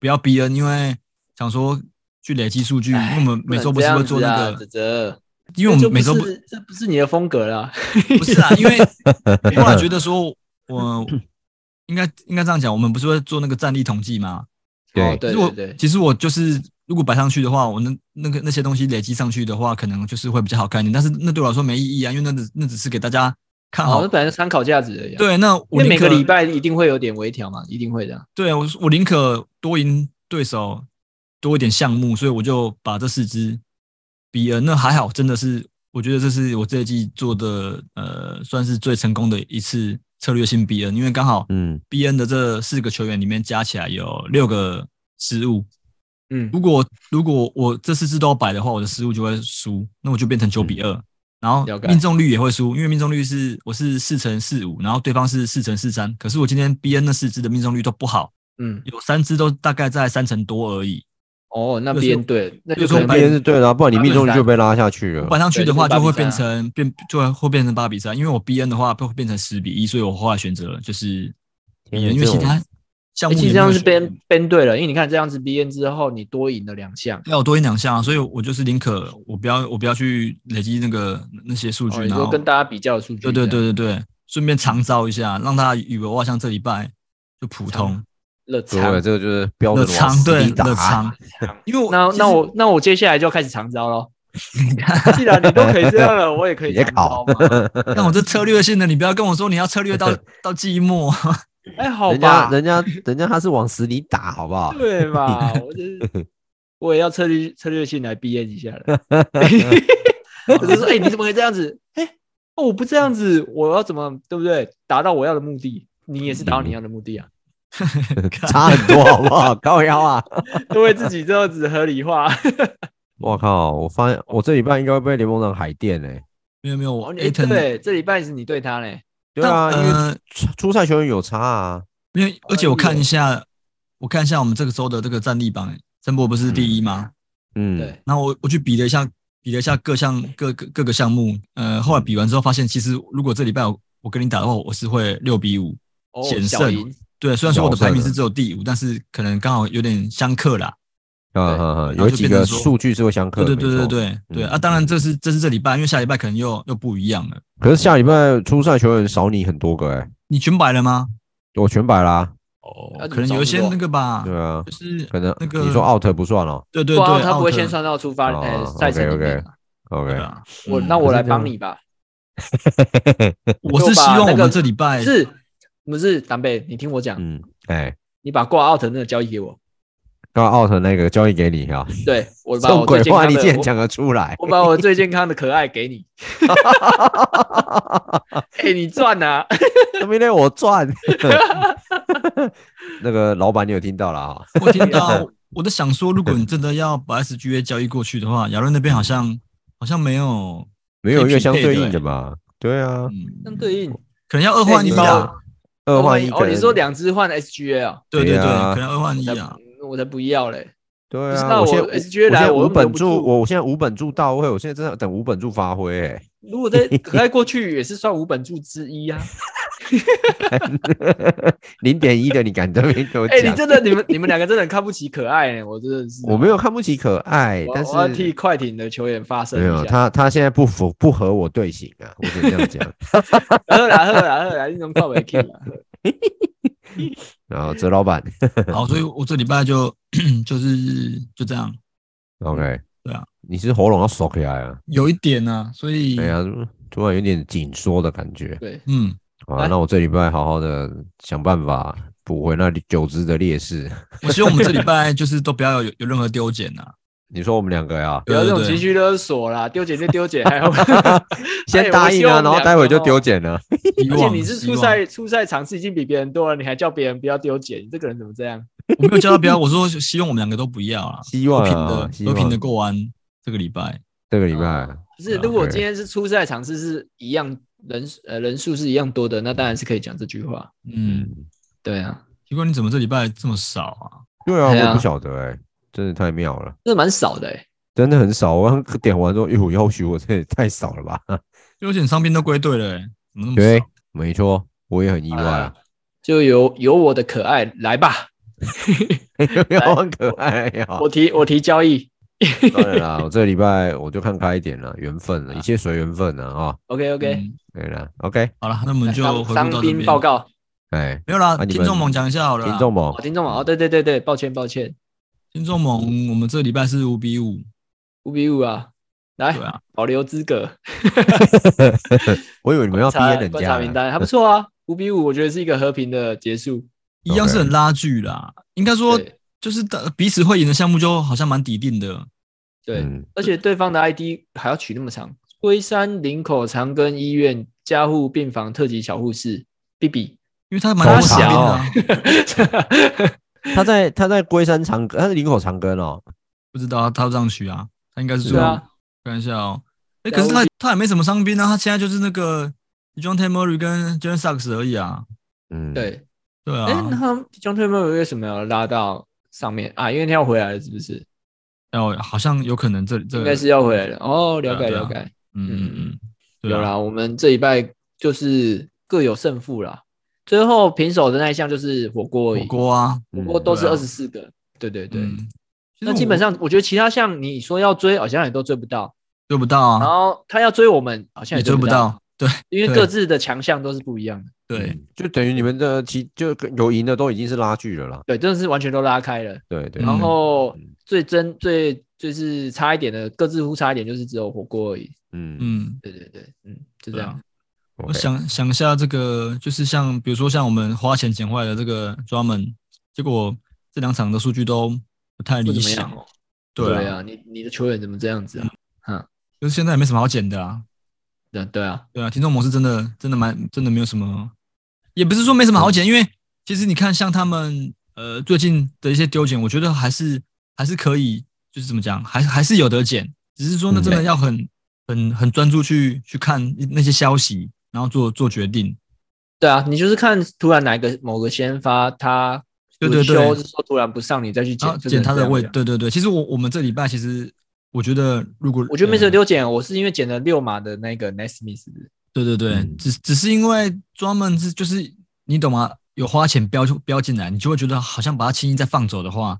A: 不要 B N，因为想说去累积数据，因为我们每周不是会做那
D: 啊
A: 个，
D: 个？
A: 因为我
D: 这
A: 们
D: 不
A: 每周不
D: 是这不是你的风格啦。
A: 不是啊，因为我后来觉得说，我应该应该这样讲，我们不是会做那个战力统计吗？
C: 对
D: 哦对
A: 其实我
D: 对对，
A: 其实我就是如果摆上去的话，我那那个那些东西累积上去的话，可能就是会比较好看一点。但是那对我来说没意义啊，因为那只那只是给大家看好。
D: 哦好，那本来是参考价值而已啊。
A: 对，那
D: 因
A: 我
D: 为
A: 宁
D: 每
A: 可
D: 个礼拜一定会有点微调嘛，一定会的啊。
A: 对我我宁可多赢对手多一点项目，所以我就把这四支比尔那还好，真的是我觉得这是我这一季做的呃算是最成功的一次策略性 B N，因为刚好
C: 嗯
A: B N 的这四个球员里面加起来有六个失误，
D: 嗯，
A: 如果如果我这四支都摆的话，我的失误就会输，那我就变成九比二、然后
D: 嗯了解
A: 命中率也会输，因为命中率是我是四乘四五，然后对方是四乘四三，可是我今天 B N 那四支的命中率都不好。
D: 嗯，
A: 有三支都大概在三成多而已，
D: 哦，那
A: 就是
D: 边对，那就
A: 就是
D: 可
A: 我
D: 能
A: 们
C: 今天是对的啊，不然你命中率就被拉下去
A: 我
C: 了。
A: 摆上去的话，
D: 对
A: 就
D: 就是
A: 会变
D: 8比3啊
A: 成变就会会变成八比三，因为我 B N 的话会变成十比一，所以我后来选择了就是
C: 天
A: 因
C: 哪
A: 为其他项
D: 欸
A: 目
D: 其
A: 也
D: 实
A: 没
D: 这
A: 有
D: 样是
A: 选
D: ban ban 对了，因为你看这样子 ban 之后，你多赢了两项。
A: 要有多一两项啊，所以我就是宁可我不要我不要去累积那个那些数据，
D: 哦，你
A: 然
D: 说
A: 后
D: 跟大家比较的数据，
A: 对对，对对对，顺便长招一下，让大家以为我好像这礼拜就普通
D: 热
C: 对，
D: 场。
C: 这个就是标
A: 的
C: 准往
A: 长
C: 死
A: 对
C: 里打啊
A: 的长， 因为我
D: 那
A: 其实
D: 那我那我接下来就要开始长 招喽。既然你都可以这样了，我也可以
C: 别
D: 长
C: 搞
D: 招嘛。
A: 那我这策略性的，你不要跟我说你要策略到到寂寞，
D: 哎，好
C: 人
D: 吧
C: 家，人家人家他是往死里打，好不好？
D: 对嘛？我就是我也要策略策略性来 ban 一下 了。我就说，哎，你怎么可以这样子？哎，哦，我不这样子，我要怎么对不对？达到我要的目的，你也是达到
C: 嗯
D: 你要的目的啊。
C: 差很多，好不好？ 高腰啊！
D: 因为自己这样子合 理化。
C: 我靠！我发现我这礼拜应该会被联盟长海淀欸嘞、
A: 没有没有，我
D: 哦，你
A: Aton
D: 对，这礼拜是你对他嘞，
C: 对啊，因为
A: 呃，
C: 初初赛球员有差啊。
A: 因为而且我看一下，我看一下我们这个周的这个战力榜，郑博不是第一吗？
C: 嗯，
D: 对，
A: 然后我我去比了一下，比了一下各项各各各个项目，呃，后来比完之后发现，其实如果这礼拜我我跟你打的话，我是会六比五。
D: 哦，
A: 险
D: 小
A: 胜
D: 赢，
A: 对，虽然说我的
C: 小胜
A: 排名
C: 了
A: 是只有第五，但是可能刚好有点相克啦。
C: 嗯嗯嗯，
A: 然后
C: 有
A: 就
C: 几
A: 变成
C: 个
A: 说
C: 数据是会相克
A: 对
C: 的。
A: 对对对
C: 没错。
A: 对对
C: 嗯
A: 啊！当然这是这是这礼拜，因为下礼拜可能又又不一样了。
C: 可是下礼拜初赛球员少你很多个哎、
A: 你全白了吗？
C: 我全白啦。
A: 哦
D: 那
A: 可能有一些那个吧，
C: 对啊，
A: 就是
C: 可能
A: 那个
C: 你说 out 不算哦。
A: 对对
D: 不然
A: 对，
D: 啊他不会
A: 奥特
D: 先算到出发，
C: 哦
D: 呃，
C: ，OK，
D: 赛程里面
C: OK
D: 啊。
C: OK，
A: 对啊。
D: 我
A: 嗯
D: 那我来
C: 可是这样
D: 帮你吧，
A: 我是
D: 就
A: 希
D: 把
A: 望
D: 那
A: 我
D: 个
A: 们这礼拜
D: 是不是？南贝，你听我 讲，
C: 哎嗯，哎，
D: 你把挂 out 的那个交易给我，
C: 刚刚 out 那个交易给你啊。
D: 对我
C: 这
D: 把
C: 种
D: 我最
C: 鬼
D: 健
C: 话
D: 康
C: 你竟
D: 的
C: 然
D: 我。
C: 讲得出来？
D: 我把我最健康的可爱给你，哎、你赚啊！
C: 那明天我赚。 那个老板，你有听到了啊？
A: 我听到， 我在想说，如果你真的要把 SGA 交易过去的话，亚伦那边好像
D: 嗯
A: 好像没有，
C: 没有一个相对
A: 可以
C: 应
A: 匹配
C: 的嘛？对啊，
D: 相
A: 嗯，
D: 对应
A: 可能要二换一
D: 哎你帮
A: 啊
D: 我，
C: 二换一
D: 哦，
C: 可能
D: 你说两只换 SGA 啊、
A: 对对对，
C: 哎呀
A: 可能二换一
D: 我
A: 啊
D: 才，我才不要嘞！
C: 对
D: 不是
C: 啊，
D: 那
C: 我
D: 我
C: 现在
D: SGA
C: 我现
D: 来
C: 在
D: 我
C: 无
D: 又
C: 本
D: 留不
C: 柱，
D: 住
C: 我现在无本柱到位，我现在正在等无本柱发挥欸。
D: 如果在可爱过去也是算五本柱之一啊。
C: 零点一的，你敢这边给我
D: 哎、
C: 讲？
D: 你真的，你们你们两个真的很看不起可爱、欸，我真的是，
C: 我没有看不起可爱，
D: 我
C: 但
D: 我要替
C: 是
D: 快艇的球员发声
C: 没有
D: 一下。
C: 他，他现在不符不合我队形啊，我只能这样讲。
D: 喝啦喝啦喝啦，你种靠啊尾 K 啦。
C: 然 后泽老板
A: 好，所以我这礼拜就 就是就这样，
D: 嗯
C: ，OK，
A: 对啊，
C: 你是喉咙要缩起来啊？
A: 有一点呢，所以
D: 哎
C: 对啊，突然有点紧缩的感觉。
D: 嗯对，
A: 嗯，
C: 好啊，
D: 来
C: 那我这礼拜好好的想办法补回那九只的劣势。
A: 我希望我们这礼拜就是都不要有有任何丢减呐，
C: 你说我们两个呀，
D: 不要这种情
A: 对
D: 绪勒索啦，丢捡就丢捡，还 有
C: 先答应啊，然后待会就
D: 哦
C: 丢。减
A: 对对
C: 了。
D: 哎
A: 希
D: 我希望
A: 望
D: 你们两个哦而且你是初，
A: 希
D: 赛初赛场次已经比别人多了，你还叫别人不要丢捡，你这个人怎么这样？
A: 望我没有叫他不要，我说希望我们两个都不要 啊，
C: 希
A: 和
D: 哎
C: 望
A: 平
C: 啊，
A: 的
C: 希
A: 和平的
C: 望
A: 过完这个礼拜，嗯
C: 这个礼拜
D: 哦不是，
A: 对啊
D: 如果
C: 对
D: 今天是初赛场次是一样人呃人数是一样多的，那当然是可以讲这句话。
A: 嗯，
D: 对啊，
A: 奇怪你怎么这礼拜这么少啊？
C: 对啊，
D: 哎呀
C: 我不晓得哎、真的太妙了，
D: 这蛮少的哎、
C: 真的很少。我刚点完之后，哟，要许我这也太少了吧？
A: 有点伤兵都归队了、欸，怎么那么
C: 对
A: 少？，
C: 没错，我也很意外 啊，
D: 就由由我的可爱来吧，
C: 要很哎可爱呀、
D: 我提我提交易。
C: 当然啦，我这礼拜我就看开一点了，缘分了，一切随缘分了啊。
D: OK OK，、
A: 嗯
C: 对啦 o k
A: 好了，那我们就
D: 伤
A: 回顾
D: 伤
A: 到这
D: 兵
A: 边
D: 报告。
C: 哎，
A: 没有啦，
C: 啊你们
A: 听众盟讲一下好了啦。
C: 听众们
D: 哦，，听众们哦，对对对对，抱歉抱歉，
A: 听众盟，我们这礼拜是五比五，
D: 五比五啊，来
A: 对啊，
D: 保留资格，
C: 我以为你们要
D: 观
C: 逼
D: 察
C: 人
D: 观
C: 家
D: 察
C: 呢
D: 名单还不错啊，五比五，我觉得是一个和平的结束。
A: 一样是很拉锯啦。应该说
D: 对
A: 就是大彼此会赢的项目就好像蛮底定的。
D: 对，
C: 嗯，
D: 而且对方的 ID 还要取那么长，龟山林口长庚医院加护病房特级小护士 B B，
A: 因为他蛮多
D: 好
A: 伤
D: 小
A: 兵的啊、
C: 他在他在龟山长庚，他是林口长庚哦，
A: 不知道他上去啊，他应该是
D: 对
A: 最后
D: 啊，
A: 看一下哦。哎、
D: 对啊
A: 可是
D: 我
A: 他他也没什么伤兵啊，他现在就是那个 John t a m o r y 跟 j o h n Sachs 而已啊。
C: 嗯，，
D: 对，
A: 对
D: 哎，那
A: 啊，
D: 他 John t a m o r 为什么要拉到上面啊？因为他要回来了，是不是？
A: 哦，好像有可能这这
D: 应该是要回来了。哦，
A: 对啊
D: 了解
A: 对啊
D: 了解，
A: 嗯嗯嗯，对啊
D: 有啦，我们这一拜就是各有胜负啦。最后平手的那一项就是火锅而已，
A: 火锅啊，
C: 嗯
D: 火锅都是
A: 对啊
D: 二十四个，对对对。
A: 嗯
D: 那基本
A: 其实
D: 上我觉得其他项你说要追，好像也都追不到。
A: 我追不到
D: 然
A: 啊，
D: 后他要追我们，好像
A: 也
D: 也
A: 追
D: 不
A: 不，到，对
D: 因为
A: 对
D: 各自的强项都是不一样的。
A: 对，
C: 嗯就等于你们的其就有赢的都已经是拉锯了啦。
D: 对，真的是完全都拉开了。
C: 对对，
D: 然
A: 嗯
D: 后最真最就是差一点的，各自互差一点，就是只有火锅而已。
C: 嗯嗯，
A: 嗯，
D: 对对对，嗯，就这
A: 对啊
D: 样。。
A: 我
C: OK
A: 想想一下，这个就是像比如说像我们花钱捡回来的这个 Drummond，结果这两场的数据都不太
D: 不
A: 理
D: 怎么
A: 想
D: 样。哦。
A: 对啊，
D: 啊，你你的球员怎么这样子啊？
A: 嗯就是现在也没什么好捡的啊。
D: 对对啊，
A: 对啊，听众模式真的真的蛮真的没有什么，也不是说没什么好捡，因为其实你看像他们呃最近的一些丢捡，我觉得还是还是可以，就是怎么讲，还还是有得捡，只是说呢
C: 嗯
A: 真的要很很很专注去去看那些消息，然后做做决定。
D: 对啊，你就是看突然哪个某个先发他
A: 对对对
D: 休，是说突然不上，你再去
A: 然后
D: 捡
A: 捡他的位，。
D: 这个人这样讲
A: 对对对。其实我我们这礼拜其实我觉得，如果
D: 我觉得没什么
A: 呃
D: 丢捡，我是因为捡了六码的那个 Nesmith，
A: 对对对，
C: 嗯
A: 只只是因为专门是就是你懂吗？有花钱标就标进来，你就会觉得好像把它轻易再放走的话，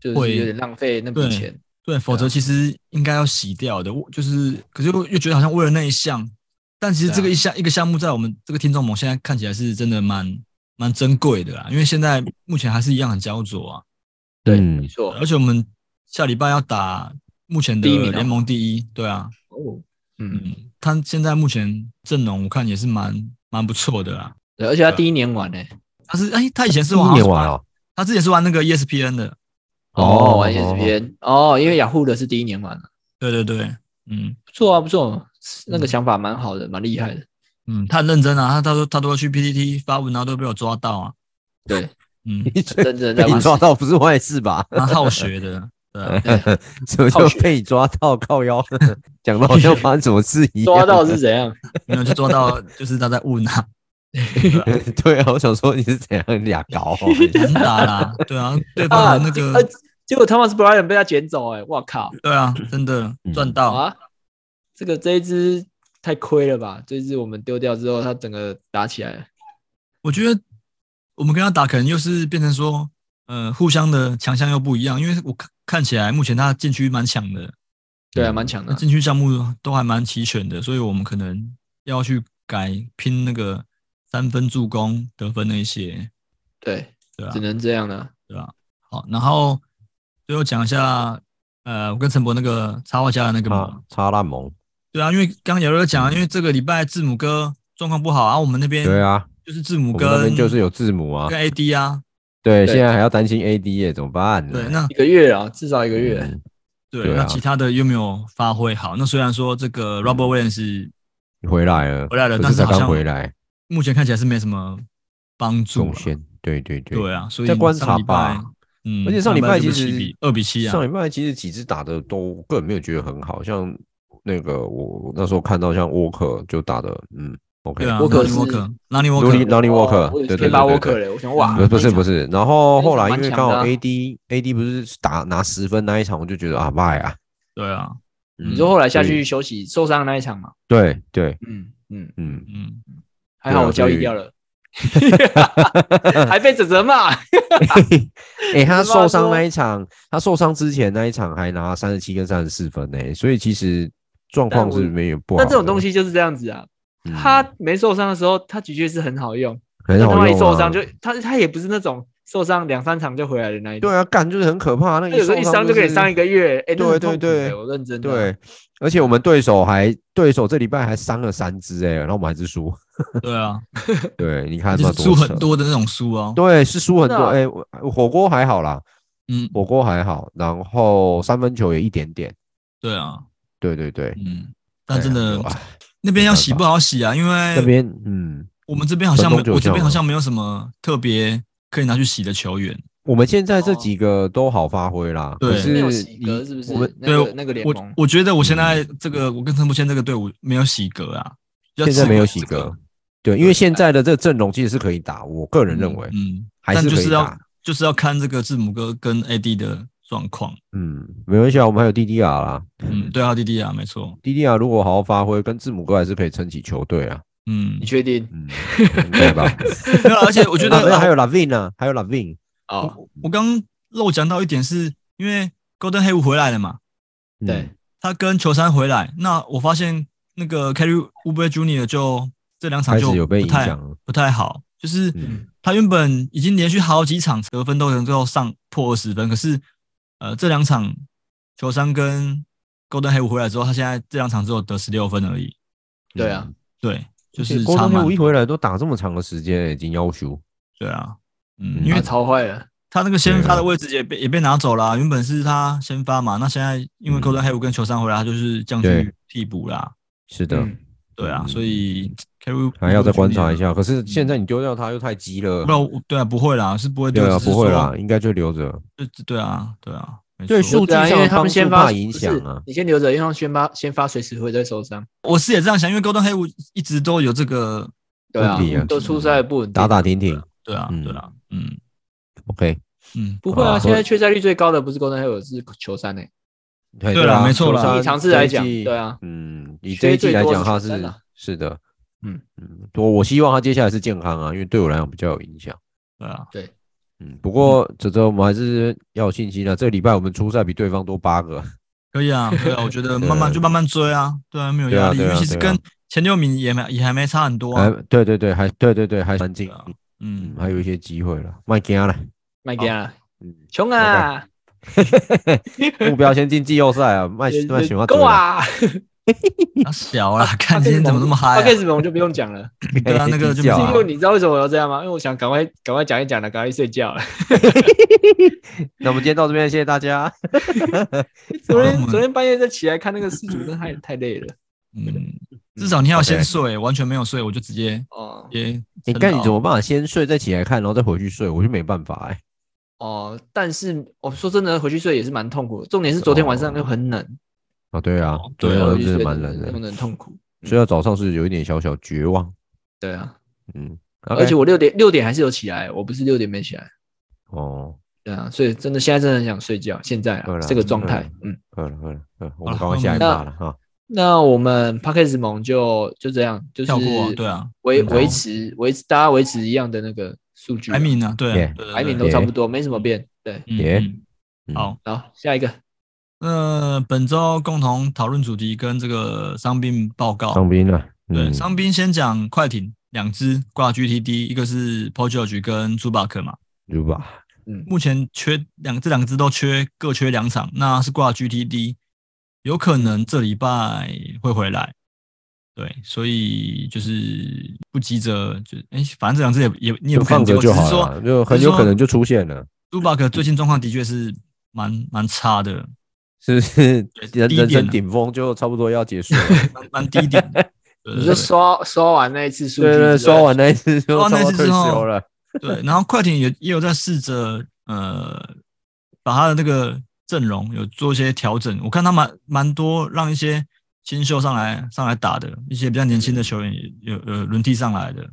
D: 就是
A: 会
D: 有点浪费那
A: 对
D: 笔钱。
A: 对，否
D: 啊
A: 则其实应该要洗掉的。我就是，可是又又觉得好像为了那一项，但其实
D: 对啊
A: 这个一项、一个项目在我们这个听众盟现在看起来是真的蛮蛮珍贵的啦，因为现在目前还是一样很焦灼啊，
D: 对，
C: 嗯
D: 没错。
A: 而且我们下礼拜要打目前的
D: 哦第一名啊
A: 联盟第一，对啊，
D: 哦，嗯，
A: 嗯，他现在目前阵容我看也是蛮蛮不错的啦。
D: 对，而且他
A: 啊
D: 第一年玩呢，
A: 他是哎、他以前是
C: 今
A: 玩
C: 年玩哦，
A: 他之前是玩那个 E ESPN 的，
C: 哦
D: 玩 ESPN，哦，因为雅虎的是第一年玩啊
A: 对对对，嗯
D: 不错啊，不错，那个想法蛮好的，蛮 厉害的。
A: 嗯，他很认真啊，他他说他都会去 PPT 发文，然后都被我抓到啊，
D: 对，
A: 嗯，
D: 很认真在
C: 被你
D: 玩。
C: 抓到不是坏事吧？
A: 蛮好学的，对啊，
C: 什么
D: 靠
C: 叫
D: 学
C: 被你抓到靠腰？讲的好像发生什么事一样。
D: 抓到是怎样？
A: 没有就抓到，就是他在问啊，
C: 对啊，我想说你是怎样俩搞、 哦？
A: 很打啦，对啊，对
D: 啊
A: 方的那
D: 呃
A: 个，，
D: 结果 Thomas Bryan 被他捡走，哎，哇靠！
A: 对啊，真的赚到，
D: 啊，这个这一只太亏了吧？这一只我们丢掉之后，它整个打起来了。
A: 我觉得我们跟他打可能又是变成说，呃，互相的强项又不一样，因为我看看起来目前他禁区蛮强的，
D: 对
C: 嗯
D: 啊，蛮强的
A: 那
D: 啊。
A: 禁区项目都还蛮齐全的，所以我们可能要去改拼那个三分助攻得分那一些，
D: 对，
A: 对啊
D: 只，能这样了。
A: 对啊。好，然后最后讲一下，呃，我跟陈博那个插画家的那个嘛
C: 插，插烂萌，
A: 对啊，因为刚刚有人讲啊，因为这个礼拜字母哥状况不好啊，我们那边
C: 对啊，
A: 就是字母
C: 我们那
A: 跟
C: 边就是有字母啊
A: 跟。AD 啊，
C: 对，
D: 对
C: 现在还要担心 AD 耶，怎么办呢？
A: 对，那
D: 一个月啊，至少一个月。
C: 嗯
A: 对
C: 对啊嗯
A: 那其他的又没有发挥好。那虽然说这个 Robert Williams
C: 你回来了，
A: 回来了
C: 可
A: 但是
C: 是才
A: 好像
C: 刚回来
A: 目前看起来是没什么帮助
C: 贡
A: 啊，
C: 献，对对对。
A: 对啊，所以
C: 再观察
A: 上礼拜
C: 吧。
A: 嗯，
C: 而且上礼拜其
A: 就被7
C: 实
A: 比二比七啊，
C: 上礼拜其实几支打的都我个人没有觉得很好，像那个我那时候看到像沃克就打的，嗯，OK，
A: 对啊，
D: 沃克
A: 拉尼
D: 是
A: 沃克，拉尼沃
C: 罗尼
A: 克，
C: 罗尼沃
D: 哦
C: 克
D: 我，以为
C: 对
D: 是
C: 对对
D: 天巴
C: 对
D: 沃克
C: 对，
D: 嘞，我想哇
C: 不，是不是不是，然后后来因为刚好
D: 蛮强啊
C: AD AD 不是打拿十分那一场，我就觉得啊妈呀，
A: 对啊，
C: 嗯
D: 你说后来下去休息受伤的那一场嘛？
C: 对对，
D: 嗯嗯，
C: 嗯，
A: 嗯，
D: 还
C: 啊
D: 好我交易掉了， 还被泽泽骂。
C: 哎、他
D: 是吧
C: 受伤
D: 说
C: 那一场，他受伤之前那一场还拿三十七跟三十四分呢、所以其实状况是没有不好
D: 但
C: 的。
D: 这种东西就是这样子啊，
C: 嗯
D: 他没受伤的时候，他的确是很好用。
C: 很
D: 但
C: 好
D: 他
C: 用、
D: 万
C: 啊、
D: 一受伤就他他也不是那种受伤两三场就回来的那一种。
C: 对啊，干就是很可怕。那
D: 他
C: 个
D: 有时候一
C: 受
D: 伤就可以
C: 是
D: 伤一个月，哎，那
C: 对
D: 很
C: 对
D: 痛苦
C: 对
D: 的我认真的。啊
C: 对，而且我们对手还对手这礼拜还伤了三支哎、然后我们还是输。
A: 对啊，
C: 对，你 看
A: 就
C: 他
A: 是输
C: 扯
A: 很。多的那种输哦，
C: 对，是输很多。
D: 真的啊
C: 哎、我火锅还好啦，
A: 嗯，
C: 火锅还好，然后三分球也一点点。
A: 对啊，
C: 对对对，
A: 嗯，但真的
C: 哎呀
A: 那边要洗不好洗啊，因
C: 那
A: 为
C: 边嗯，
A: 我们这边好像没
C: 本东就有
A: 我这边
C: 这样啊
A: 好像没有什么特别可以拿去洗的球员，
C: 我们现在这几个都好发挥啦，
A: 哦对
C: 可是
D: 没有洗
C: 你
D: 格是不是
C: 我们？
D: 那
A: 对
D: 个那个联
A: 我
D: 盟，
A: 我觉得我现在这个我跟陈柏谦这个队伍没有洗格啊，比较
C: 嗯现在
A: 吃
C: 没有
A: 亏
C: 洗
A: 这个
C: 格，，对，因为现在的这个阵容其实是可以打，我个人认为
A: 嗯，
C: 还
A: 但
C: 是
A: 就
C: 可
A: 是
C: 以
A: 要
C: 打，
A: 就是要看这个字母哥跟 AD 的状况。
C: 嗯，没关系啊，我们还有 DDR 啦
A: 嗯，对啊，弟弟啊，没错。
C: ，DDR 如果好好发挥，跟字母哥还是可以撑起球队啊。
A: 嗯
D: 你，确定？
C: 嗯，对吧？
A: 没 有啊而且我觉
C: 啊没有
A: 得
C: 还有 Lavin 啊，还有 Lavin，
D: 哦，
A: 我刚漏讲到一点是，因为 Golden 黑 d 回来了嘛，
C: 嗯
D: 对，
A: 他跟球衫回来，那我发现那个 Carry u b e Junior 就这两场
C: 开
A: 就
C: 始有被
A: 不
C: 影
A: 太
C: 响了。
A: 不太好，就是
C: 嗯
A: 他原本已经连续好几场得分都能够上破二十分，可是呃这两场球商跟 Golden 黑五回来之后，他现在这两场只有得十六分而已，
D: 对
C: 嗯
D: 啊，
A: 对，就
C: 而
A: 是
C: 且郭
A: 差
C: 东
A: 蛮
C: 我一回来都打这么长的时间，已经要求。
A: 对啊，嗯，
C: 嗯
A: 因
D: 他
A: 为
D: 超坏了，
A: 他那个先
C: 对
A: 发
C: 啊
A: 的位置也被也被拿走了啊、原本是他先发嘛，那现在因为
C: 嗯
A: Golden 黑五跟球商回来，他就是降
C: 对
A: 去替补啦，
C: 是的，
D: 嗯，
A: 对啊，
C: 嗯
A: 所以 Carry
C: 还要再观察
A: 嗯
C: 一。下。可是现在你丢掉他又太急了
A: 啊不，然我对啊，不会啦，是不会丢，
C: 对啊，
A: 只是
C: 不会
A: 说
C: 啦，，应该就留着。
A: 对对啊，对啊，没
C: 对
A: 错
C: 数据
D: 对啊，
C: 上
D: 因为他
C: 帮
D: 们
C: 助
D: 先发
C: 怕影响啊
D: 不是你先留着，因为他们先发先发随时会再受伤。
A: 我是也这样想，因为高端黑五一直都有这个，
D: 对啊
C: 问题啊，
D: 都出赛不稳定
C: 打打停停
A: 对啊，
C: 嗯
A: 对啊，嗯
C: ，OK。
A: 嗯，
D: 不会
C: 好
D: 啊，
C: 啊
D: 现在缺赛率最高的不是 Golden Hill，是球欸三诶。
C: 对
A: 对啦
C: 啊
A: 没错啦
C: 球商
D: 以尝试来讲
C: 这一季
D: 对啊
C: 嗯，以这
D: 缺
C: 一季
D: 最
C: 来
D: 多
C: 讲，
D: 是
C: 他
D: 球三
C: 是
D: 啊
C: 是的，
D: 嗯
C: 嗯，我我希望他接下来是健康啊，因为对我来讲比较有影响。
A: 对啊，
C: 嗯，不过这周我们还是要有信心啊的。这个礼拜我们初赛比对方多八个，
A: 可以 啊，可以啊，我觉得慢慢就慢慢追啊，对啊，没有
C: 对啊
A: 压力，因
C: 对啊
A: 为其实
C: 对啊
A: 跟前六名也没也还没差很多
C: 还
A: 啊，
C: 对对对，还对对对，还蛮近
A: 对，啊
C: 嗯，
A: 嗯，
C: 还有一些机会了，卖惊了，
D: 麦吉啊，
C: 嗯，
D: 穷啊，
C: 目标先进季后赛啊，卖
D: 也
C: 卖喜欢
D: 呃够，啊，
A: 啊小啦，看今天怎么这么嗨啊，
D: 开始我们就不用讲 了，
A: 对啊，那个就
C: 计较
D: 因
C: 啊
D: 为你知道为什么我要这样吗？因为我想赶快赶快讲一讲了，赶快睡觉了。
C: 那我们今天到这边，谢谢 大家，
D: 昨
A: 我
D: 天
A: 们
D: 昨天半夜在起来看那个世足，真的太 太累了。
A: 嗯，至少你要先
C: OK
A: 睡，完全没有睡，我就直接
D: 哦
A: 也，
C: 你看你怎哎么办法先睡再起来看，然后再回去睡，我就没办法哎。
D: 哦，但是我说真的，回去睡也是蛮痛苦的。重点是昨天晚上又很冷，
C: 啊，对啊，昨
A: 对
C: 天
A: 啊
C: 晚上
D: 回去
C: 真的
D: 睡
C: 蛮冷
D: 真
C: 的，
D: 很痛苦。
C: 睡到早上是有一点小小绝望，
D: 对啊，
C: 嗯，
D: 而
C: OK
D: 且我六点六点还是有起来，我不是六点没起来。
C: 哦，
D: 对啊，所以真的现在真的很想睡觉，现在
C: 对
D: 啊
C: 啦
D: 这个状态，嗯。
C: 饿了饿了饿了，
A: 好
C: 我们
A: 了
C: 赶快下一
A: 那
C: 趴了哈，
D: 那我们 p a c k a g e 盟就就这样，就是
A: 跳过啊对啊，
D: 维
A: 嗯
D: 维持维持大家维持一样的那个数据啊，
A: 排名呢？对啊
C: Yeah，，
A: 对
D: 排名都
A: 对
D: 差不多，没什么变。对，
A: 对
C: Yeah
A: 嗯
C: 嗯
A: 嗯，好，
D: 好，下一个
A: 那本周共同讨论主题跟这个伤病报告，
C: 上兵了，
A: 对，
C: 嗯
A: 伤兵先讲快艇两支挂 GTD，一个是 p o j o g e 跟朱巴克嘛，
C: 对吧？
D: 嗯
A: 目前缺两这两支都缺各缺两场，那是挂 GTD，有可能这礼拜会回来。对，所以就是不急着就哎、反正这两支也也你也
C: 就
A: 不看
C: 放着就好
A: 说
C: 了，就很有可能就出现了，
A: 朱巴克最近状况的确是蛮蛮差的，
C: 是不是？人
A: 低一
C: 人
A: 点
C: 生
A: 啊
C: 顶峰就差不多要结束 了，
A: 蛮蛮低点 的。对
D: 你就刷刷完那一次数据
C: 对
D: 之后，
C: 对，刷完那一次就
A: 刷完
C: 差
A: 哦那
C: 不
A: 一次
C: 多退
A: 之后
C: 休了，
A: 对，然后快艇也也有在试着呃，把他的那个阵容有做一些调整。我看他蛮蛮多让一些新秀上来上来打的，一些比较年轻的球员也有有轮替上来的，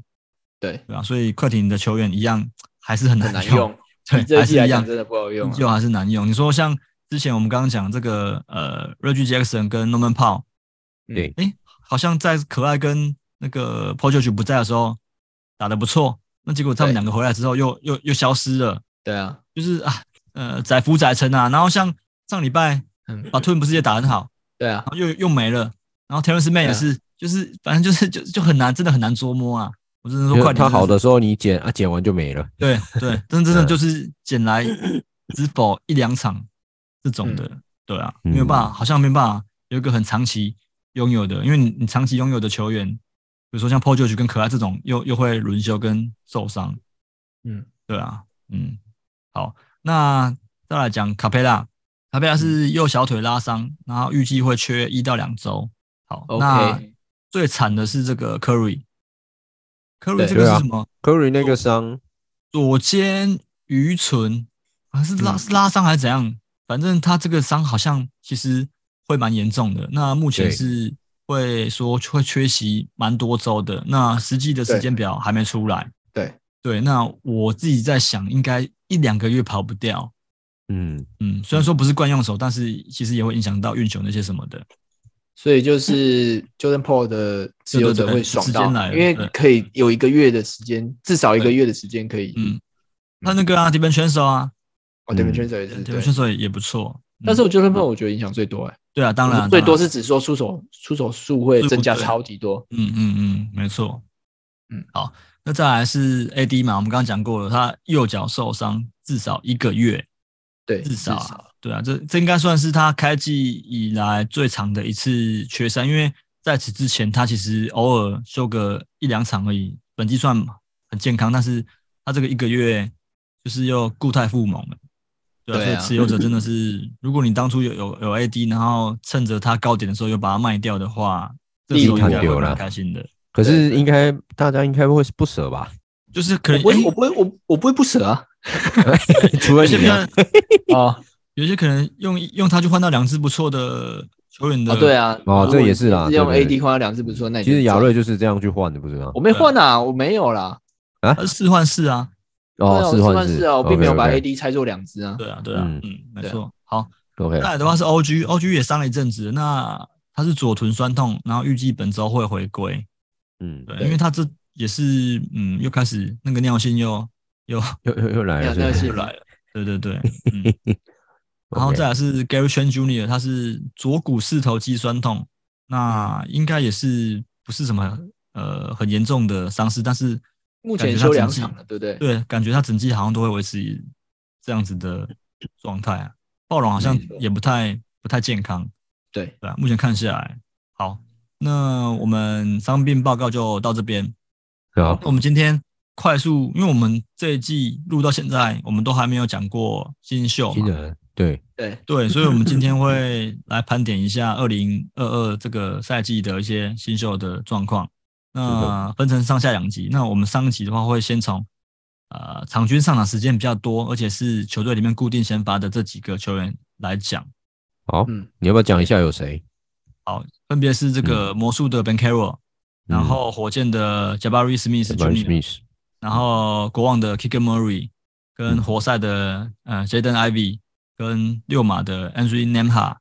D: 对
A: 对吧、所以快艇的球员一样还是很
D: 很
A: 难
D: 难用，以
A: 对，
D: 这一
A: 还
D: 季
A: 是
D: 来
A: 一样
D: 讲真的不好用啊。
A: 就还是难用。你说像之前我们刚刚讲这个呃，Reggie Jackson 跟 Norman Powell，
D: 嗯
C: 对
A: 好像在可爱跟那个 p o j o g e 不在的时候打得不错，那结果他们
D: 对
A: 两个回来之后又又又消失了。
D: 对啊，
A: 就是啊，呃，载浮载沉啊。然后像上礼拜
D: 嗯，
A: 把 Twin 不是也打得很好，
D: 对啊
A: 然，后又又没了，然后 Terrence May
D: 对啊
A: 也是，就是反正就是就就很难，真的很难捉摸啊。我只能说
C: 就
A: 快
C: 是
A: 艇
C: 他好
A: 真
C: 的时候你剪啊，剪完就没了，
A: 是，对对，真真的
C: 嗯
A: 就是捡来只否一两场这种的，对啊，没有办法，好像没办法有一个很长期拥有的，因为你你长期拥有的球员，比如说像 p o j o 跟可爱这种，又又会轮休跟受伤，
D: 嗯，
A: 对啊，嗯，好，那再来讲卡佩拉，卡佩拉是右小腿拉伤，然后预计会缺一到两周。好
D: OK
A: 那最惨的是这个 Curry，Curry
D: 对
A: 这个
C: 对啊
A: 是什么？
C: 科瑞那个伤，
A: 左肩盂唇，啊是
D: 嗯
A: 拉、是拉伤还是怎样？反正他这个伤好像其实会蛮严重的。那目前
C: 对
A: 是会说会缺席蛮多周的，那实际的时间表还没出来。
D: 对
A: 对，那我自己在想，应该一两个月跑不掉。
C: 嗯，
A: 嗯，虽然说不是惯用手，但是其实也会影响到运球那些什么的。
D: 所以就是 Jordan Paul 的自由
A: 对
D: 者
A: 对对
D: 会爽
A: 时
D: 到
A: 间来，了
D: 因为
A: 对
D: 可以有一个月的时间，至少一个月的时间可以。
A: 嗯，他那个啊，迪本选手啊，
D: 哦，对
C: 嗯
D: 面圈手也是
A: 迪
D: 对
A: 本。选手也也不错。嗯
D: 但是我 Jordan Paul 我觉得影响最多哎，
A: 对啊，当然啊
D: 最多
A: 当然
D: 是只说出手出手数会增加
A: 对
D: 超级多。
A: 嗯嗯嗯，没错。
D: 嗯，
A: 好，那再来是 AD 嘛，我们刚刚讲过了，他右脚受伤至少一个月，
D: 对，
A: 至少啊对啊，这这应该算是他开季以来最长的一次缺赛，因为在此之前他其实偶尔休个一两场而已，本季算很健康，但是他这个一个月就是又固态复萌了。对啊，
D: 对啊
A: 所以持有者真的是，如果你当初有有有 AD，然后趁着他高点的时候又把它卖掉的话，这时候应该会蛮开心的。
C: 可是应该大家应该会不舍吧？
A: 就是可能
D: 我
A: 诶
D: 不会我不会我我不会不舍啊
C: 除了
A: 有些
C: 你
A: 比
C: 啊，
A: 较，
D: 啊
A: 有些可能用用它去换到两支不错的球员的，
D: 啊对，啊
C: 哦
D: 如果
C: 这也是啦
D: 你用
C: 对对
D: AD 换到两次不错，那你就
C: 其实亚
D: 赚
C: 瑞就是这样去换的，不是吗
D: 我？没换啊，我没有啦，
A: 它是四换四啊，
D: 对啊
C: 哦，
D: 我
C: 换
D: 四
C: 是
D: 啊，我并没有把
C: AD。
D: AD 拆作两只啊。
A: 对啊，对啊，
C: 嗯
A: 嗯，没
D: 对啊啊
A: 错。好，
C: OK，
A: 再来的话是 OG，OG 也伤了一阵子，那他是左臀酸痛，然后预计本周会回归，
C: 嗯，
A: 对，
D: 对
A: 因为他这也是嗯，又开始那个尿性又又
C: 又又又来了，
D: 没有那个
C: 是
D: 是
C: 不
A: 又
C: 是
A: 来了，对对对，嗯， 然后再来是 Gary Chen Jr.，他是左股四头肌酸痛，
D: 嗯
A: 那应该也是不是什么呃很严重的伤势，但是
D: 目
A: 感
D: 前
A: 觉他
D: 休两
A: 整季
D: 场了，对不对？
A: 对，感觉他整季好像都会维持这样子的状态啊。暴龙好像
D: 没错
A: 也不太不太健康，
D: 对，
A: 对吧、啊目前看下来，好，那我们伤病报告就到这边。
C: 好
A: 那我们今天快速，因为我们这一季录到现在，我们都还没有讲过新秀
C: 新
A: 嘛，
C: 人对，
D: 对，
A: 对，所以我们今天会来盘点一下二零二二这个赛季的一些新秀的状况。那分成上下两集，那我们上一集的话会先从呃场均上场时间比较多，而且是球队里面固定先发的这几个球员来讲，
C: 好，
D: 嗯，
C: 你要不要讲一下有谁？
A: 分别是这个魔术的 Ben Carroll，、然
C: 嗯
A: 后火箭的嗯 Jabari Smith
C: s
A: Jr.、
C: m i t
A: 然后国王的 Kicker Murray 跟活塞的呃 Jaden Ivy 跟六马的 Andrew Nemha。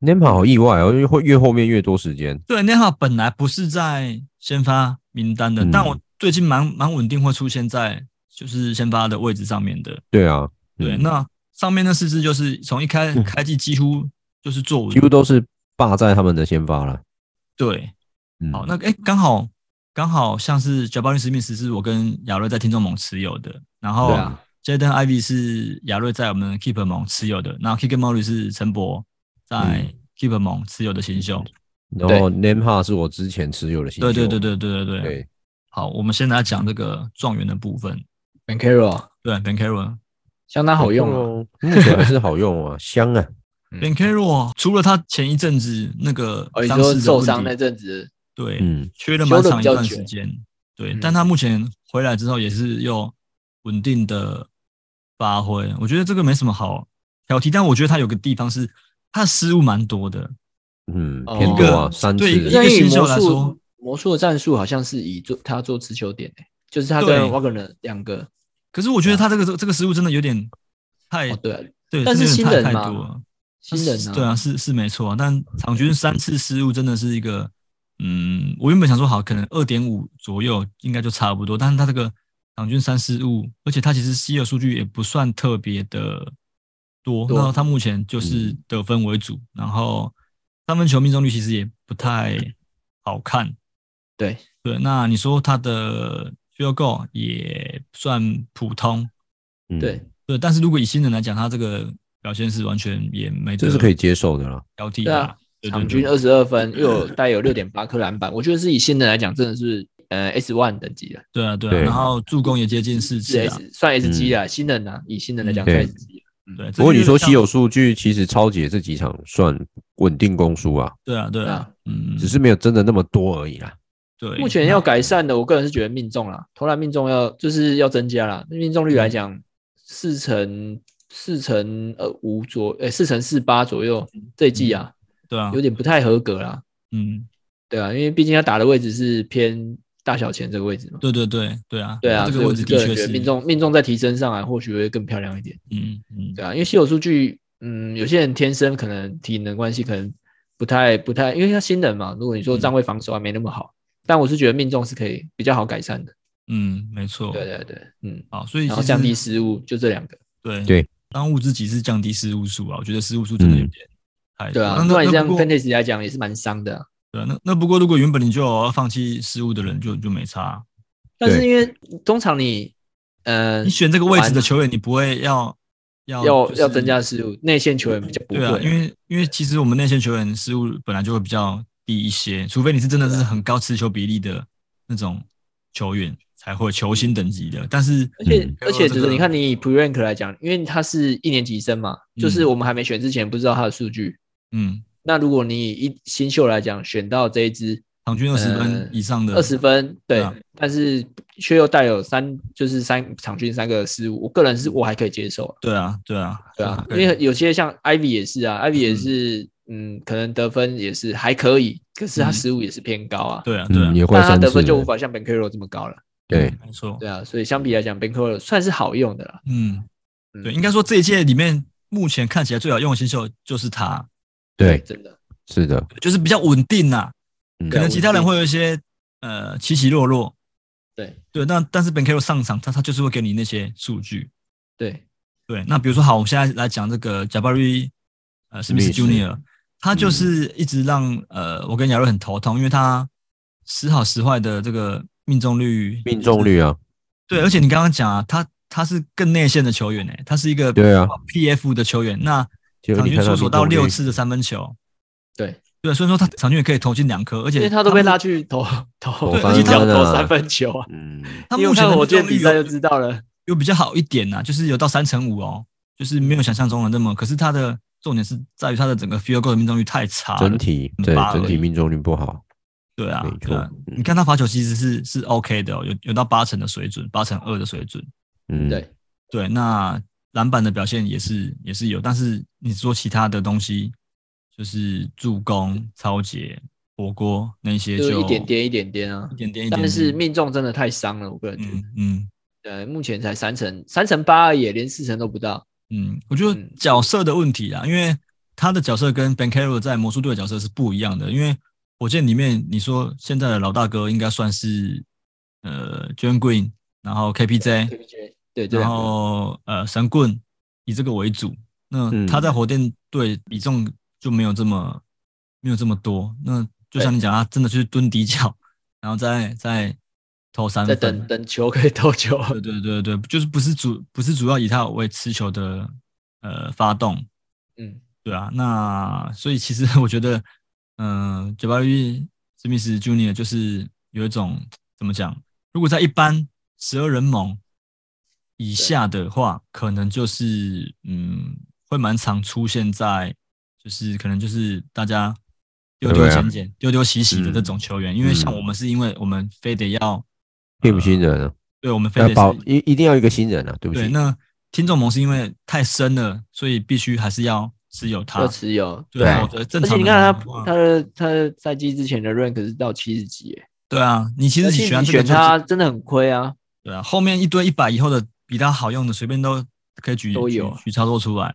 C: n e m a 好意外哦，越后越后面越多时间，
A: 对 n e h a 本来不是在先发名单的，
C: 嗯
A: 但我最近蛮蛮稳定会出现在就是先发的位置上面的。
C: 对啊，
A: 对，
C: 嗯
A: 那上面那四支就是从一开
C: 嗯
A: 开季几乎就是坐稳
C: 几，乎都是霸在他们的先发了。
A: 对，
C: 嗯，
A: 好，那哎，诶刚好刚好像是 Jabari Smith 是我跟亚瑞在听众盟持有的，然后
D: 对啊
A: Jaden Ivy 是亚瑞在我们 Keeper 盟持有的，然后 Kicker Murray 是陈博
D: 嗯
A: 在 Keeper 盟持有的新秀。
C: 然后 n e m a 是我之前持有的新秀，
A: 对对对对对对对。
C: 对，
A: 好，我们先来讲这个状元的部分。
D: Ben Carroll 哦
A: 对，Ben 啊 Carroll。
D: 相当好用啊，
C: 哦，目前还是好用啊， 香啊，
A: Ben Carroll 啊除了他前一阵子那个
D: 嗯哦，你
A: 伤势的
D: 说
A: 问题
D: 受伤那阵子，
A: 对，
C: 嗯，
A: 缺了蛮长一
D: 休得
A: 段
D: 比较久
A: 时间，对，
D: 嗯
A: 但他目前回来之后也是又稳定的发挥，我觉得这个没什么好挑剔，但我觉得他有个地方是他的失误蛮多的，
C: 嗯，
D: 哦
C: 偏多啊，三次
A: 对，一
D: 因
A: 个
D: 为
A: 新
D: 魔
A: 秀来说
D: 术魔术的战术好像是以做他做持球点、欸，就是他
A: 对
D: 跟 Wagner 两个，
A: 可是我觉得他这个这个失误真的有点太、
D: 啊哦对啊，
A: 对，
D: 但是
A: 真的有点
D: 新人
A: 太
D: 嘛
A: 太多了，
D: 新人
A: 是
D: 啊，
A: 对啊，是是没错啊，但场均三次失误真的是一个，嗯，我原本想说好，可能二点五左右应该就差不多，但是他这个场均三失误，而且他其实稀有数据也不算特别的多，
D: 多嗯
A: 那他目前就是得分为主，然后三分球命中率其实也不太好看，
D: 对，
A: 对，那你说他的 field goal 也算普通，
C: 嗯
D: 对，
A: 对，但是如果以新人来讲，他这个表现是完全也没
C: 这
A: 得
C: 是可以接受的啦。
A: 挑剔
D: 对
A: 的
D: 啊
A: 啊，对对
D: 场
A: 对
D: 均二十二分，又有带有六点八颗篮板，我觉得是以新人来讲，真的是呃 S one 等级了，
A: 对啊，对啊，
C: 对
A: 然后助攻也接近四
D: 是
A: 次啊，
D: S 算 S 级啊，新人啊，以新人来讲
C: 嗯
D: 算
C: 对
D: S 啊级，
A: 对。
C: 不过你说稀
A: 这
C: 有
A: 就是像，
C: 数据，其实超姐这几场算稳定攻输啊，
A: 对啊，对啊，嗯，
C: 只是没有真的那么多而已啦。
A: 对，
D: 目前要改善的，我个人是觉得命中啦，投篮命中要就是要增加啦。命中率
A: 嗯
D: 来讲，四成四成呃五左，呃四成四八左右，
A: 嗯
D: 这一季啊
A: 对啊
D: 有，点不太合格啦。
A: 嗯，
D: 对啊，因为毕竟他打的位置是偏大小前这个位置嘛。
A: 对对对对啊，
D: 对啊，
A: 这
D: 所
A: 个
D: 以我
A: 位
D: 是
A: 置
D: 个
A: 的
D: 人
A: 确
D: 觉
A: 是
D: 得命中命中再提升上来，或许会更漂亮一点。
A: 嗯嗯
D: 对啊，因为稀有数据，嗯，有些人天生可能体能关系，可能不太不太，因为他新人嘛。如果你
A: 嗯
D: 说站位防守还没那么好，但我是觉得命中是可以比较好改善的。
A: 嗯，没错，
D: 对对对，嗯，
A: 好，所以
D: 然后
A: 其
D: 降低
A: 实
D: 失误，就这两个。
A: 对
C: 对，
A: 当务之急是降低失误数啊，我觉得失误数真的有
C: 嗯
A: 点太
D: 对啊，
A: 那
D: 不然
A: 那
D: 你这
A: 那
D: 样
A: 不过
D: fantasy 来讲也是蛮伤的啊、
A: 对啊那那不过如果原本你就有放弃失误的人就就没差，啊
D: 但是
C: 对
D: 因为通常你，呃
A: 你，选这个位置
D: 完
A: 的球员你不会要要
D: 要
A: 就是
D: 要增加失误，内线球员比较不
A: 对啊，因
D: 会。
A: 为因为其实我们内线球员失误本来就会比较低一些，除非你是真的
D: 啊
A: 是很高持球比例的那种球员才会球星等级的，但是
D: 而且
C: 嗯
D: 而且，只
A: 这
D: 是
A: 个
D: 你看，你以 Prank 来讲，因为他是一年级生嘛，就是
A: 嗯
D: 我们还没选之前不知道他的数据。
A: 嗯，
D: 那如果你以一新秀来讲，选到这一支
A: 场均二十分
D: 呃
A: 以上的
D: 二十分，对，
A: 对啊
D: 但是却又带有三，就是三场均三个失误，我个人是我还可以接受啊，
A: 对啊，对啊，
D: 对啊，因
A: 对
D: 为有些像 Ivy 也是啊，Ivy 也是，嗯可能得分也是还可以，可是他
A: 嗯
D: 失误也是偏高啊，
A: 对啊，对啊
C: 嗯，，也
D: 那
C: 换
D: 他
C: 三
D: 得
C: 次
D: 分就无
C: 了，
D: 法像 b e n c r o 这么高了，
C: 对，
A: 没错，
D: 对啊，所以相比来讲 b e n c r o 算是好用的了，
A: 嗯，
D: 嗯
A: 对，应该说这一届里面目前看起来最好用的新秀就是他，
C: 对，
D: 真的，
C: 是的，
A: 就是比较稳定呐、
C: 嗯
D: 啊
A: 可能其他人会有一些呃起起落落，
D: 对
A: 对，那但是 b e n c a r o 上场，他他就是会给你那些数据。
D: 对，
A: 对，那比如说好，我们现在来讲这个 Jabari 呃 Smith
C: Smith 嗯
A: Junior，他就是一直让、呃我跟亚瑞很头痛，因为他时好时坏的这个命中率，
C: 命中率啊，
A: 对，而且你刚刚讲啊，他他是更内线的球员诶、欸他是一个
C: 对啊
A: PF 的球员，那
C: 结果
A: 场
C: 你
A: 均
C: 看他
A: 出手
C: 命
A: 到
C: 中率
A: 六次的三分球，
D: 对，
A: 对，所以说他场均也可以投进两颗，而且
D: 因为他都被
A: 们
D: 拉去投投
A: 对而且他
D: 投投三分球啊，
C: 嗯，
A: 他
D: 因为
A: 目前
D: 看
A: 的
D: 火
A: 命中
D: 箭
A: 率有
D: 比赛就知道了，
A: 有比较好一点呐、就是有到三成五哦，就是没有想象中的那么。可是他的重点是在于他的整个 field goal 的命中率太差了，
C: 整体
A: 很
C: 对
A: 八而
C: 整体
A: 已
C: 命中率不好，
A: 对啊
C: 没，
A: 对啊
C: 错嗯
A: 你看他罚球其实是是 OK 的、哦，有有到八成的水准，八成二的水准。
C: 嗯，
D: 对，
A: 对，那篮板的表现也是也是有，但是你说其他的东西，就是助攻、超节、火锅那些
D: 就
A: 就
D: 一点点一点点啊
A: 一，点点一点点，
D: 但是命中真的太伤了，我个人觉得
A: 嗯。嗯
D: 呃，目前才三成，三成八而已，连四成都不到。
A: 嗯，我觉得
D: 嗯
A: 角色的问题啊，因为他的角色跟 b a n c a r o 在魔术队的角色是不一样的。因为火箭里面，你说现在的老大哥应该算是呃 John Green，然后 KPJ，
D: 对对啊
A: 然，后呃神棍，以这个为主。那
C: 嗯
A: 他在火箭队比重就没有这么没有这么多。那就像你讲，他真的去蹲底角，然后再再投三
D: 在
A: 分，
D: 等等球可以投 球。
A: 对对对对，就是不是主不是主要以他为持球的呃发动，
D: 嗯，
A: 对啊，那所以其实 我觉得，嗯、九八一史密斯 Junior 就是有一种怎么讲，如果在一般十二人盟以下的话，可能就是嗯会蛮常出现在就是可能就是大家丢丢
C: 对啊
A: 捡捡、丢丢洗洗的这种球员，因为像
C: 嗯
A: 我们是因为我们非得要，
C: 替补新人啊，
A: 对我们非
C: 要
A: 得
C: 保
A: 是
C: 一一定要一个新人啊，对不
A: 对，
C: 起，
A: 那听众盟是因为太深了，所以必须还是要持有他
D: 要。持有。
A: 对啊，
C: 对
A: 否则正
D: 而且
A: 常
D: 你
A: 的
D: 看
A: 情
D: 他
A: 况
D: 他的他的赛季之前的 rank 是到七十几耶，
A: 对啊，你其实
D: 而且
A: 你选
D: 你
A: 这个就
D: 选
A: 是
D: 他真的很亏啊。
A: 对啊，后面一堆一百以后的比他好用的，随便都可以举
D: 都有
A: 举举操作出来。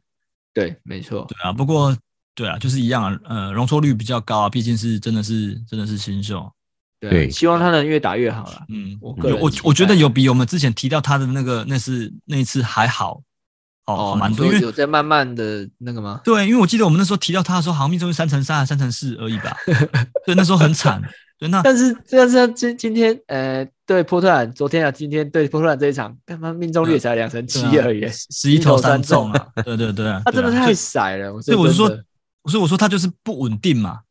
D: 对，没错，
A: 对啊，不过对啊，就是一样啊，呃，容错率比较高啊，毕竟是真的是真的是新秀。
D: 对啊
C: 对
D: 希望他能越打越好了。
A: 嗯，
D: 我
A: 有
D: 个人
A: 我
D: 期待
A: 我觉得有比我们之前提到他的那个那次那一次还好，好好蛮
D: 哦你
A: 多，
D: 说
A: 因为
D: 有在慢慢的那个吗？
A: 对，因为我记得我们那时候提到他的时候，好像命中率三乘三还是三乘四而已吧。对，那时候很惨。对，那
D: 但是但是他今今天呃对波特兰，昨天啊今天对波特兰这一场，干嘛命中率也才两成七而已
A: 对啊
D: 耶，
A: 十一投三中啊！对对对啊，
D: 他真的
A: 对啊
D: 太傻了。
A: 所以我是说
D: 真的，
A: 所以我说他就是不稳定嘛。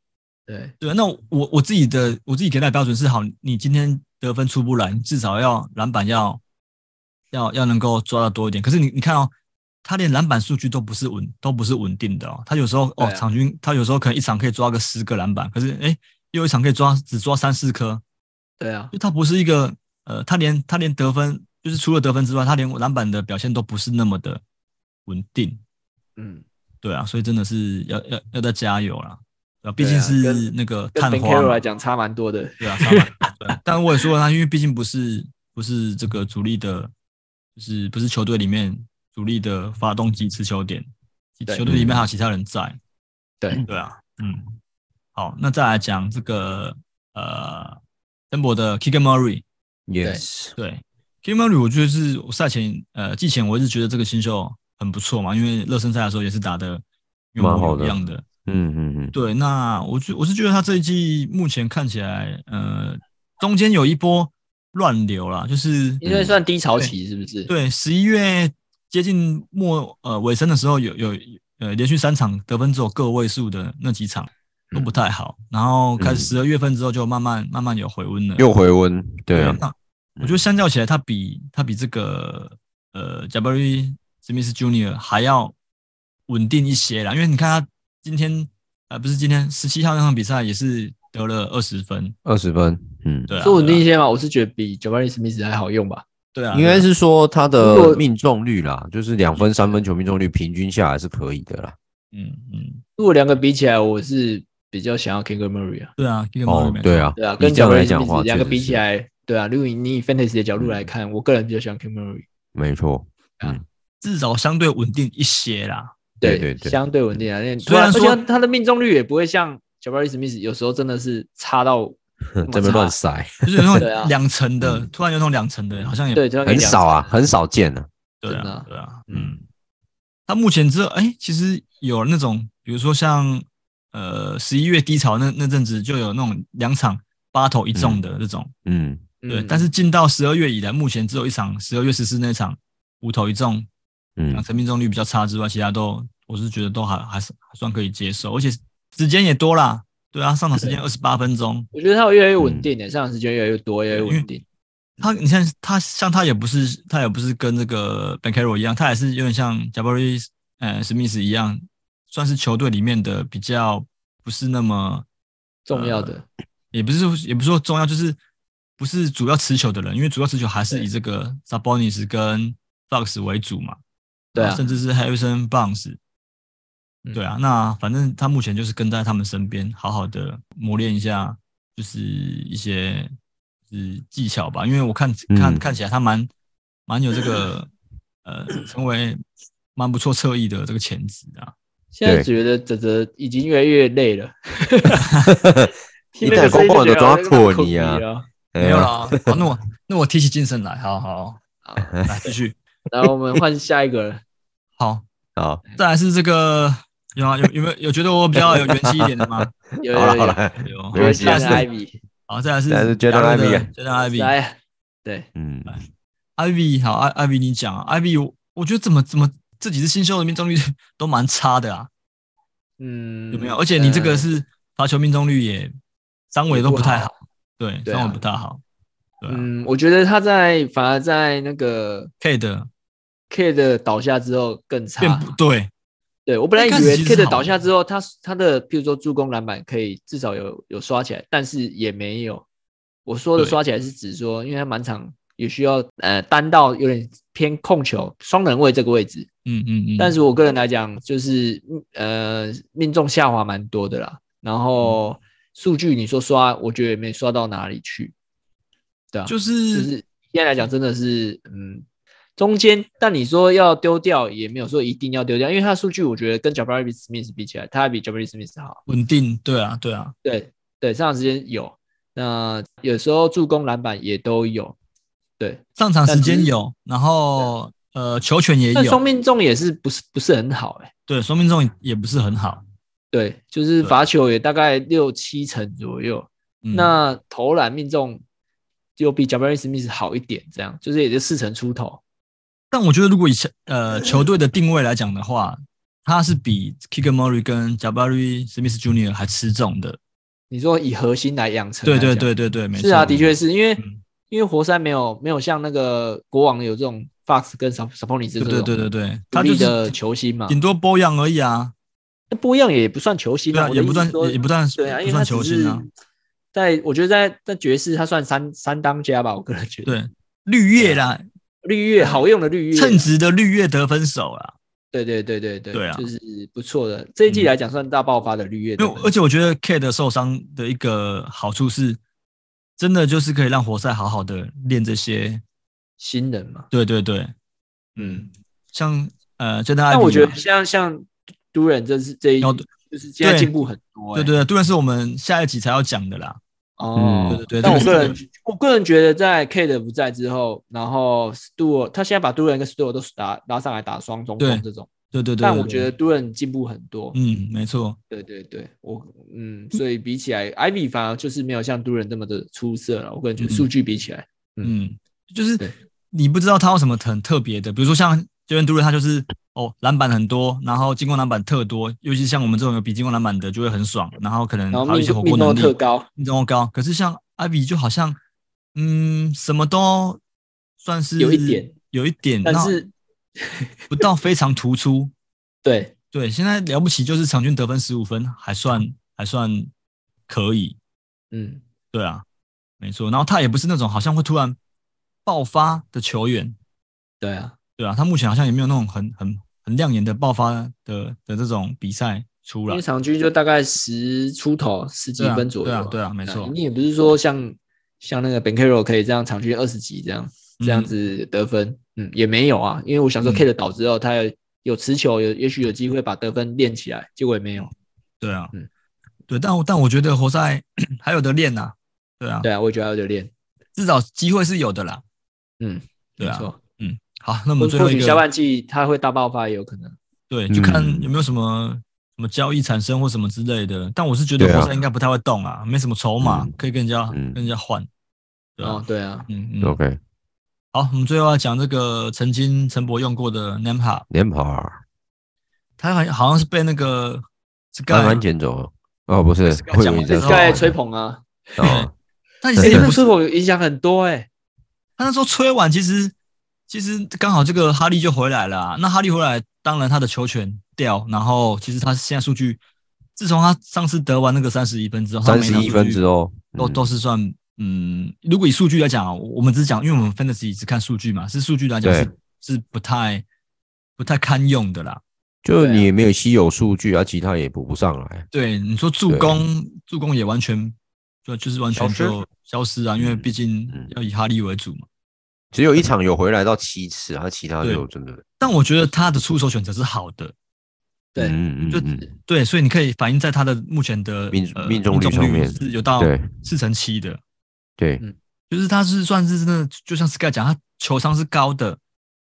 D: 对
A: 对，那我我自己的我自己给他的标准是好，你今天得分出不来，你至少要篮板要要要能够抓的多一点。可是你你看哦，他连篮板数据都不是稳都不是稳定的哦，他有时候哦、
D: 对啊
A: 场均他有时候可能一场可以抓个十个篮板，可是诶又一场可以抓只抓三四颗，
D: 对啊，
A: 就他不是一个呃，他连他连得分就是除了得分之外，他连篮板的表现都不是那么的稳定。
D: 嗯。
A: 对啊，所以真的是要要要再加油啦。啊，毕
D: 对
A: 竟
D: 啊
A: 是
D: 跟
A: 那个
D: 跟
A: 探
D: Ben
A: 花
D: Carroll
A: 嘛
D: 来讲差蛮多的。
A: 对啊，差蛮多对啊 但我也说了他，因为毕竟不是不是这个主力的，就是不是球队里面主力的发动机持球点，
D: 对
A: 球队里面还有其他人在。
D: 对
A: 对啊，嗯，好，那再来讲这个呃，登博的 Keegan Murray，
C: Yes，
A: 对 Keegan Murray，我觉得是我赛前呃季前我一直觉得这个新秀很不错嘛，因为热身赛的时候也是打的
C: 蛮好的
A: 一样的。
C: 嗯嗯嗯，
A: 对，那我觉我是觉得他这一季目前看起来，呃，中间有一波乱流啦，就是
D: 因
C: 嗯
D: 为算低潮期是不是？
A: 对，十一月接近末呃尾声的时候有，有呃连续三场得分只有个位数的那几场
C: 嗯
A: 都不太好，然后开始十二月份之后就慢慢、慢慢有回温了。
C: 又回温，对啊，
A: 那我觉得相较起来，他比他比这个呃 j a b a r i Smith Junior 还要稳定一些啦，因为你看他今天呃不是今天十七号那场比赛也是得了二十分，
C: 二十分，嗯，
A: 对啊，
D: 说稳定
A: 对
D: 一
A: 啊
D: 些嘛，我是觉得比 j a v a r i Smith 还好用吧。
A: 对啊，
C: 应该是说他
D: 如
C: 的
D: 果
C: 命中率啦，就是两分、三分球命中率平均下来是可以的啦。
A: 嗯嗯
D: 如果两个比起来，我是比较想要 Kinger Murray 啊。
A: 对啊，一个
C: 哦，对啊，
D: 对啊，
C: 你
D: 跟
C: 这
D: j a
C: 样
D: v a r
C: 来
D: i
C: 讲的话，
D: Smith 两个
C: 确实
D: 比起
C: 是，嗯
D: 来，对啊，如果你以 Fantasy 的角度来看，我个人比较喜欢 Kinger Murray。
C: 没 错，
A: 至少相对稳定一些 啦。
C: 对对对
D: 相对稳定啊。那
A: 虽然
D: 对啊
A: 说
D: 而且他的命中率也不会像 j a v a r i Smith 有时候真的是差到
C: 哼
D: 么
C: 这边
D: 差
C: 乱塞，
A: 就是那
D: 对啊
A: 种两层的，
C: 嗯
A: 突然有那种两层的，好像也
D: 对，就像
C: 很
D: 你讲
C: 少啊，很少见啊。
A: 对
D: 真的
A: 啊
D: 啊，
A: 对啊，
C: 嗯
A: 嗯。他目前只有哎，其实有那种，比如说像呃十一月低潮那那阵子，就有那种两场八投一中的这种，
C: 嗯，
A: 对。
D: 嗯
A: 但是进到十二月以来，目前只有一场十二月十四那场五投一中，两
C: 嗯，
A: 成命中率比较差之外，其他都我是觉得都还还是还算可以接受，而且时间也多啦。对啊，上场时间二十八分钟，
D: 我觉得他有越来越
C: 嗯
D: 稳定的，欸上场时间越来越多，越来越
A: 因为
D: 稳定。
A: 他你看他像他也不是他也不是跟这个 Bankero 一样，他也是有点像 Jabari 呃 Smith 一样，算是球队里面的比较不是那么，
D: 重要
A: 呃
D: 的
A: 也不是说也不是说重要，就是不是主要持球的人，因为主要持球还是
D: 对
A: 以这个 Sabonis 跟 Fox 为主嘛，
D: 对啊
A: 甚至是 Harrison Barnes，
D: 嗯
A: 对啊，那反正他目前就是跟在他们身边，好好的磨练一下，就是一些就是技巧吧。因为我看看
C: 嗯
A: 看起来他蛮蛮有这个呃，成为蛮不错侧翼的这个潜质啊。
D: 现在
C: 对
D: 觉得泽泽已经越来越累 了，
C: 一代公公的抓破你啊
D: 啊！
C: 没
A: 没有啦， 好，那我那我提起精神来，好好
D: 好
A: 来继续。
D: 然后我们换下一 个了，
A: 好，
C: 好，
A: 再来是这个有啊有有没有有觉得我比较有元气一点的吗？
D: 有
C: 好了
D: 有
C: 好
D: 有，
C: 了，
A: 有，
C: 没关啊系
A: 再来
D: 是
A: 是
D: Ivy，
A: 好，再来是
C: 再来是 Jaden
A: 亚瑞的
C: Ivey 啊
A: Jaden Ivy，
D: 来对，
C: 嗯，
A: Ivy 好，艾艾 y 你讲啊，Ivy 我我觉得怎么怎么这几支新秀的命中率 都蛮差的啊，
D: 嗯，
A: 有没有？而且你这个
D: 呃
A: 是罚球命中率也三围都不太
D: 也
A: 好，对，
D: 对啊
A: 三围不太好，对啊
D: 嗯，我觉得他在反而在那个
A: ，K 的
D: K 的倒下之后更
A: 变
D: 差
A: 不。对，
D: 对我本来
A: 一开始
D: 以为
A: 其实
D: K 的
A: 好啊
D: 倒下之后，他他的譬如说助攻篮板可以至少有有刷起来，但是也没有。我说的
A: 对
D: 刷起来是指说，因为他满场也需要呃单到有点偏控球双人位这个位置，
A: 嗯嗯嗯，
D: 但是我个人来讲，就是呃命中下滑蛮多的啦。然
A: 嗯
D: 后数据你说刷，我觉得也没刷到哪里去。对啊，
A: 就
D: 就是是现在来讲，真的是嗯，中间，但你说要丢掉，也没有说一定要丢掉，因为他的数据我觉得跟 Jabari Smith 比起来，他还比 Jabari Smith 好。
A: 稳定，对啊对啊，
D: 对对，上场时间有，那有时候助攻、篮板也都有，对，
A: 上场时
D: 但
A: 间
D: 是
A: 有，然后呃球权也
D: 但双
A: 有，
D: 命中也是不是不是很好哎、欸
A: 对，双命中也不是很好，
D: 对，就是
A: 对
D: 罚球也大概六七成左右，
A: 嗯
D: 那投篮命中就比 Jabari Smith 好一点，这样就是也就四成出头。
A: 但我觉得，如果以前呃球队的定位来讲的话，他是比 Kicker Murray 跟 Jabari Smith Jr. 还吃重的。
D: 你说以核心来养成来
A: 对
D: 讲，
A: 对对对对，没错。
D: 是啊，的确是因为、
A: 嗯
D: 因为活塞没有没有像那个国王有这种 Fox 跟 Sap Saponis 这
A: 对
D: 种
A: 对对对对，
D: 独
A: 他
D: 立
A: 就
D: 的
A: 是
D: 球星嘛，
A: 顶多包养而已啊。
D: 那不一样也不算球星
A: 对
D: 啊，
A: 啊，
D: 我的
A: 也不
D: 意
A: 算
D: 思说
A: 也不算
D: 对啊，因
A: 不
D: 为
A: 算
D: 他只
A: 球
D: 是
A: 星啊。
D: 在我觉得在在爵士他算三三当家吧，我个人觉得
A: 对，绿叶啦，
D: 啊绿叶好用的绿叶啊，
A: 称职的绿叶得分手啦。
D: 对对对对对，
A: 对啊嗯
D: 就是不错的。这一季来讲算大爆发的绿叶
A: 因
D: 的
A: 为
D: 分数，
A: 而且我觉得 K 的受伤的一个好处是，真的就是可以让活塞好好的练这些。
D: 新人嘛。
A: 对对对，
D: 嗯，
A: 像呃，真的，
D: 但我觉得像像都人这是这一
A: 要
D: 就是现在
A: 哦对
D: 进步很多、
A: 对
D: 欸，
A: 对对，杜然是我们下一集才要讲的啦。
D: 哦，
A: 对对对，这
D: 但我个
A: 是
D: 人，我个人觉得在 K 的不在之后，然后 Stewart 他现在把 d u r a n 跟 Stewart 都打拉上来打双中
A: 对
D: 锋这种，
A: 对对对，
D: 但
A: 对
D: 我觉得，
A: 对
D: d u r a n 进步很多。
A: 嗯，没错，
D: 对对对，我嗯，所以比起来，Ivy 反而就是没有像 d u r a n 那么的出色了。我个人觉得
A: 嗯
D: 数据比起来，嗯
A: 嗯，就是
D: 对
A: 你不知道他有什么很特别的，比如说像杰伦杜兰，他就是哦篮板很多，然后进攻篮板特多，尤其是像我们这种有比进攻篮板的就会很爽，然后可能
D: 然后
A: 嗯还有一
D: 命
A: 些火
D: 命
A: 锅
D: 中
A: 能
D: 特
A: 力，
D: 高，
A: 命中率高。可是像艾比就好像嗯什么都算是
D: 有一点，
A: 有一点，
D: 但
A: 然后
D: 是
A: 不到非常突出。
D: 对
A: 对，现在了不起就是场均得分十五分，还算还算可以。
D: 嗯，
A: 对啊，没错。然后他也不是那种好像会突然爆发的球员，
D: 对啊，
A: 对啊，他目前好像也没有那种很很很亮眼的爆发的的这种比赛出
D: 因
A: 来
D: 为。场均就大概十出头，十几
A: 对啊
D: 分左右
A: 对啊
D: 啊。
A: 对啊没错
D: 你也不是说像像那个 Benkero 可以这样场均二十几这样
A: 嗯
D: 这样子得分，嗯也没有啊。因为我想说
A: 嗯
D: K 的倒之后，他有有持球，有也许有机会把得分练起来，结果也没有。
A: 对啊，
D: 嗯
A: 对，但我但我觉得活塞 还有的练呐、对啊，
D: 对啊，我也觉得他有点练。
A: 至少机会是有的啦。
D: 嗯，
A: 对啊
D: 没错。
A: 嗯，好，那我
D: 或
A: 们最
D: 或
A: 后一
D: 许下
A: 个，
D: 半季他会大爆发也有可能。
A: 对，就看
C: 嗯
A: 有没有什么什么交易产生或什么之类的。但我是觉
C: 对
A: 得
C: 啊
A: 活塞应该不太会动啊，没什么筹码
C: 嗯
A: 可以跟人家
C: 嗯
A: 跟人家换。对
D: 哦
A: 啊，，
D: 对啊，
A: 嗯嗯
C: OK，
A: 好，我们最后要讲这个曾经陈博用过的 Nampa，
C: 连跑，啊
A: 他好像好像是被那个 Sky，
C: 慢慢捡走。哦，不是，
A: Sky
C: 会有
A: 讲
C: 一
A: 完
C: 阵
A: 之后
D: 刚才吹捧啊，
C: 哦，
A: 但其
D: 哎
A: 实，也
D: 那
A: 不是
D: 吹，捧影响很多哎。
A: 他那时候吹完，其实其实刚好这个哈利就回来了啊、那哈利回来，当然他的球权掉，然后其实他现在数据，自从他上次得完那个三十一分之后，他
C: 三
A: 每
C: 十
A: 场
C: 一
A: 数
C: 分
A: 据
C: 之后，
A: 都
C: 嗯
A: 都是算嗯，如果以数据来讲啊，我我们只讲，因为我们 fantasy 只看数据嘛，是数据来讲
C: 对
A: 是是不太不太堪用的啦。
C: 就
D: 对啊
C: 你也没有稀有数据啊，其他也补不上来。
A: 对，你说助
C: 对
A: 攻，助攻也完全就就是完全
C: 消失
A: 就消失啊，因为
C: 嗯
A: 毕竟
C: 嗯
A: 要以哈利为主嘛。
C: 只有一场有回来到七次，啊，其他
A: 对
C: 就真的，
A: 但我觉得他的出手选择是好的，
D: 对
C: 嗯嗯
A: 就
C: 嗯
A: 对，所以你可以反映在他的目前的
C: 命
A: 呃
C: 命中率上面
A: 是有到
C: 对
A: 四成七的，
C: 对
D: 嗯，
A: 就是他是算是真的，就像 Sky 讲，他球商是高的，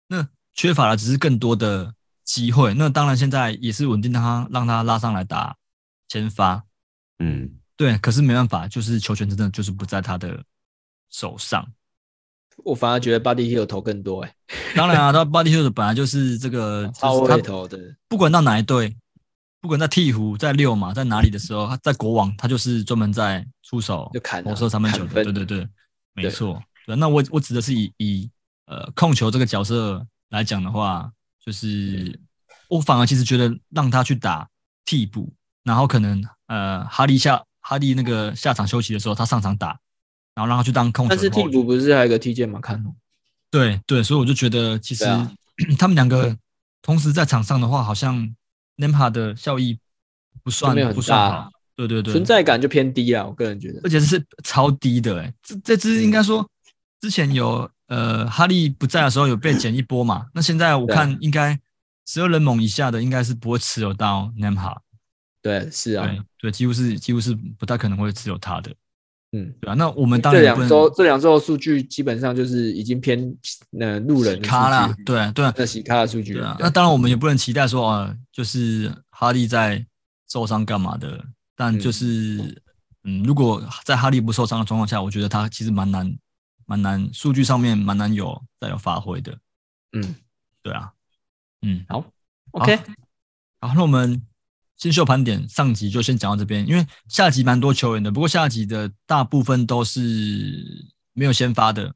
A: 那缺乏的只是更多的机会。那当然现在也是稳定他让他拉上来打先发，
C: 嗯，
A: 对，可是没办法，就是球权真的就是不在他的手上。
D: 我反而觉得 Buddy Hill 投更多哎，
A: 当然啊，他 Body Hill 本来就是这个，
D: 超
A: 就是
D: 会
A: 他
D: 投的。
A: 不管到哪一队，不管在鹈鹕、在六嘛，在哪里的时候，他在国王，他就是专门在出手
D: 就砍啊
A: 投射三分球的。
D: 砍
A: 对
D: 分
A: 对对，没错。对，那我我指的是以以呃控球这个角色来讲的话，就是我反而其实觉得让他去打替补，然后可能呃哈利下哈利那个下场休息的时候，他上场打，然后让他去当控球。
D: 但是替补不是还有一个 TJ 马看吗？
A: 对对，所以我就觉得其实、
D: 对啊
A: 他们两个同时在场上的话，好像 Nempa 的效益不算
D: 没有很
A: 不算
D: 大
A: 好，对对对，
D: 存，在感就偏低啊，我个人觉得
A: 而。且是超低的、欸，这这支
D: 嗯
A: 应该说之前有呃哈利不在的时候有被减一波嘛，那现在我
D: 对啊
A: 看应该十二人猛以下的应该是不会持有到 Nempa，
D: 对，是啊，
A: 对对，几乎是几乎是不太可能会持有他的，
D: 嗯，
A: 对啊，那我们当
D: 这
A: 然也不能
D: 两周这两周的数据基本上就是已经偏呃路人的
A: 卡啦
D: 数据，
A: 对对啊，
D: 那洗咖的数据
A: 对啊
D: 了，。
A: 那当然我们也不能期待说啊，就是哈利在受伤干嘛的，但就是嗯如果在哈利不受伤的状况下，我觉得他其实蛮难，蛮难，数据上面蛮难有再有发挥的。
D: 嗯
A: 对啊，嗯，
D: ，OK，
A: 好，那我们新秀盘点上集就先讲到这边，因为下集蛮多球员的，不过下集的大部分都是没有先发的，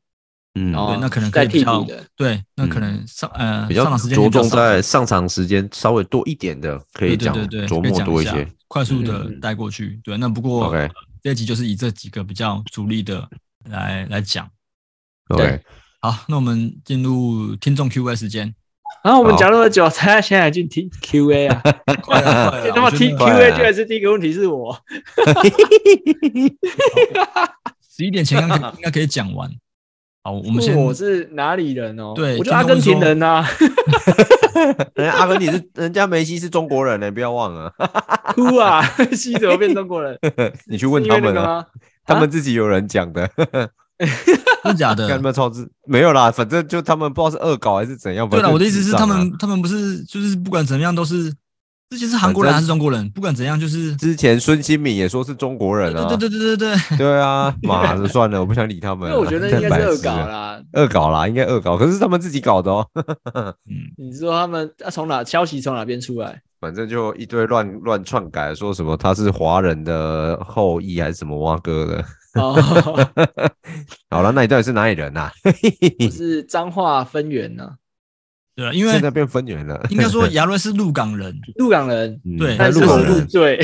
C: 嗯，
D: 哦
A: 对，那可能可
D: 在
A: 以比
D: 替
A: 较
D: 补的，
A: 对，那
C: 嗯
A: 可能上、呃
C: 比
A: 上
C: 较
A: 场时间
C: 着
A: 也比较
C: 重
A: 少
C: 在上场时间稍微多一点的，可以讲
A: 对对对对
C: 琢
A: 可以
C: 磨
A: 讲
C: 多一
A: 下
C: 些。
A: 快速的
D: 嗯嗯
A: 带过去。对，那不过
C: OK
A: 呃这一集就是以这几个比较主力的来来讲。
C: OK，
A: 好，那我们进入听众 Q&A 时间，
D: 然后我们讲那么久， 他现在已经听 QA 啊，
A: 快了快了
D: 这他妈
A: 我觉
D: 听
A: 得
C: 快
D: QA
C: 啊
D: 居然是第一个问题是我，
A: 十一点前应该可以应该可以讲完。好，我们先
D: 我是哪里人哦？
A: 对
D: 我就阿根廷人呐、啊，
C: 人家阿根廷是人家梅西是中国人呢、欸不要忘了。
D: 哭啊！西怎么变中国人？
C: 你去问
D: 是因
C: 他
D: 为那
C: 们
D: 个
C: 啊，
D: 吗？
C: 他们自己有人讲的，
A: 嗯真的假的？
C: 看他们超支没有啦，反正就他们不知道是恶搞还是怎样。
A: 对
C: 了，
A: 了，我的意思是，他
C: 啊
A: 们他们不是就是不管怎么样都是，之前是韩国人
C: 反正
A: 还是中国人，不管怎样就是，
C: 之前孙兴敏也说是中国人
A: 对
C: 啊，
A: 对对对对 对，
C: 对啊，妈的，算了，我不想理他们
D: 因
C: 了。
D: 为我觉得应该
C: 太白
D: 是恶
C: 痴
D: 搞
C: 了，
D: 啦。
C: 恶搞啦，应该恶搞，可是他们自己搞的哦。
D: 你说他们啊从哪消息从哪边出 来？
C: 反正就一堆乱乱篡改，说什么他是华人的后裔还是什么蛙哥的。
D: 哦，
C: 好了，那你到底是哪里人啊呐、
A: 嗯
D: 我是彰化分园呐、
A: 对了，因
C: 啊？现
A: 为
C: 在变分园了。
A: 应 该说亚瑞是鹿港人，
D: 鹿港人，
C: 嗯
A: 对
C: 他
D: 但
C: 是
D: 是
C: 鹿
D: 我
C: 港
D: 入
C: 人，
D: 赘，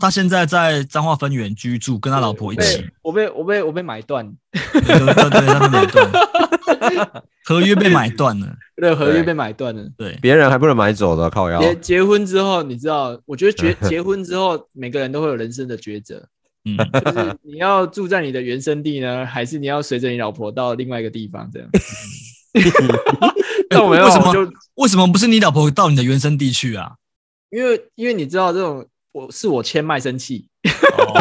A: 他现在在彰化分园居住，跟他老婆一起，
D: 我被我被我被买断，
A: 对对对对，他们买断，合约被买断了，
D: 那个合
C: 对
D: 约被买断了。
A: 对，
C: 别人还不能买走的，靠腰。
D: 结结婚之后，你知道，我觉得结结婚之后，每个人都会有人生的抉择，
A: 嗯，
D: 就是你要住在你的原生地呢， 还是你要随着你老婆到另外一个地方这样？但我没有，
A: 为什
D: 我
A: 么
D: 就
A: 为什么不是你老婆到你的原生地去啊？
D: 因为因为你知道这种，我是我签卖身契，
A: 哦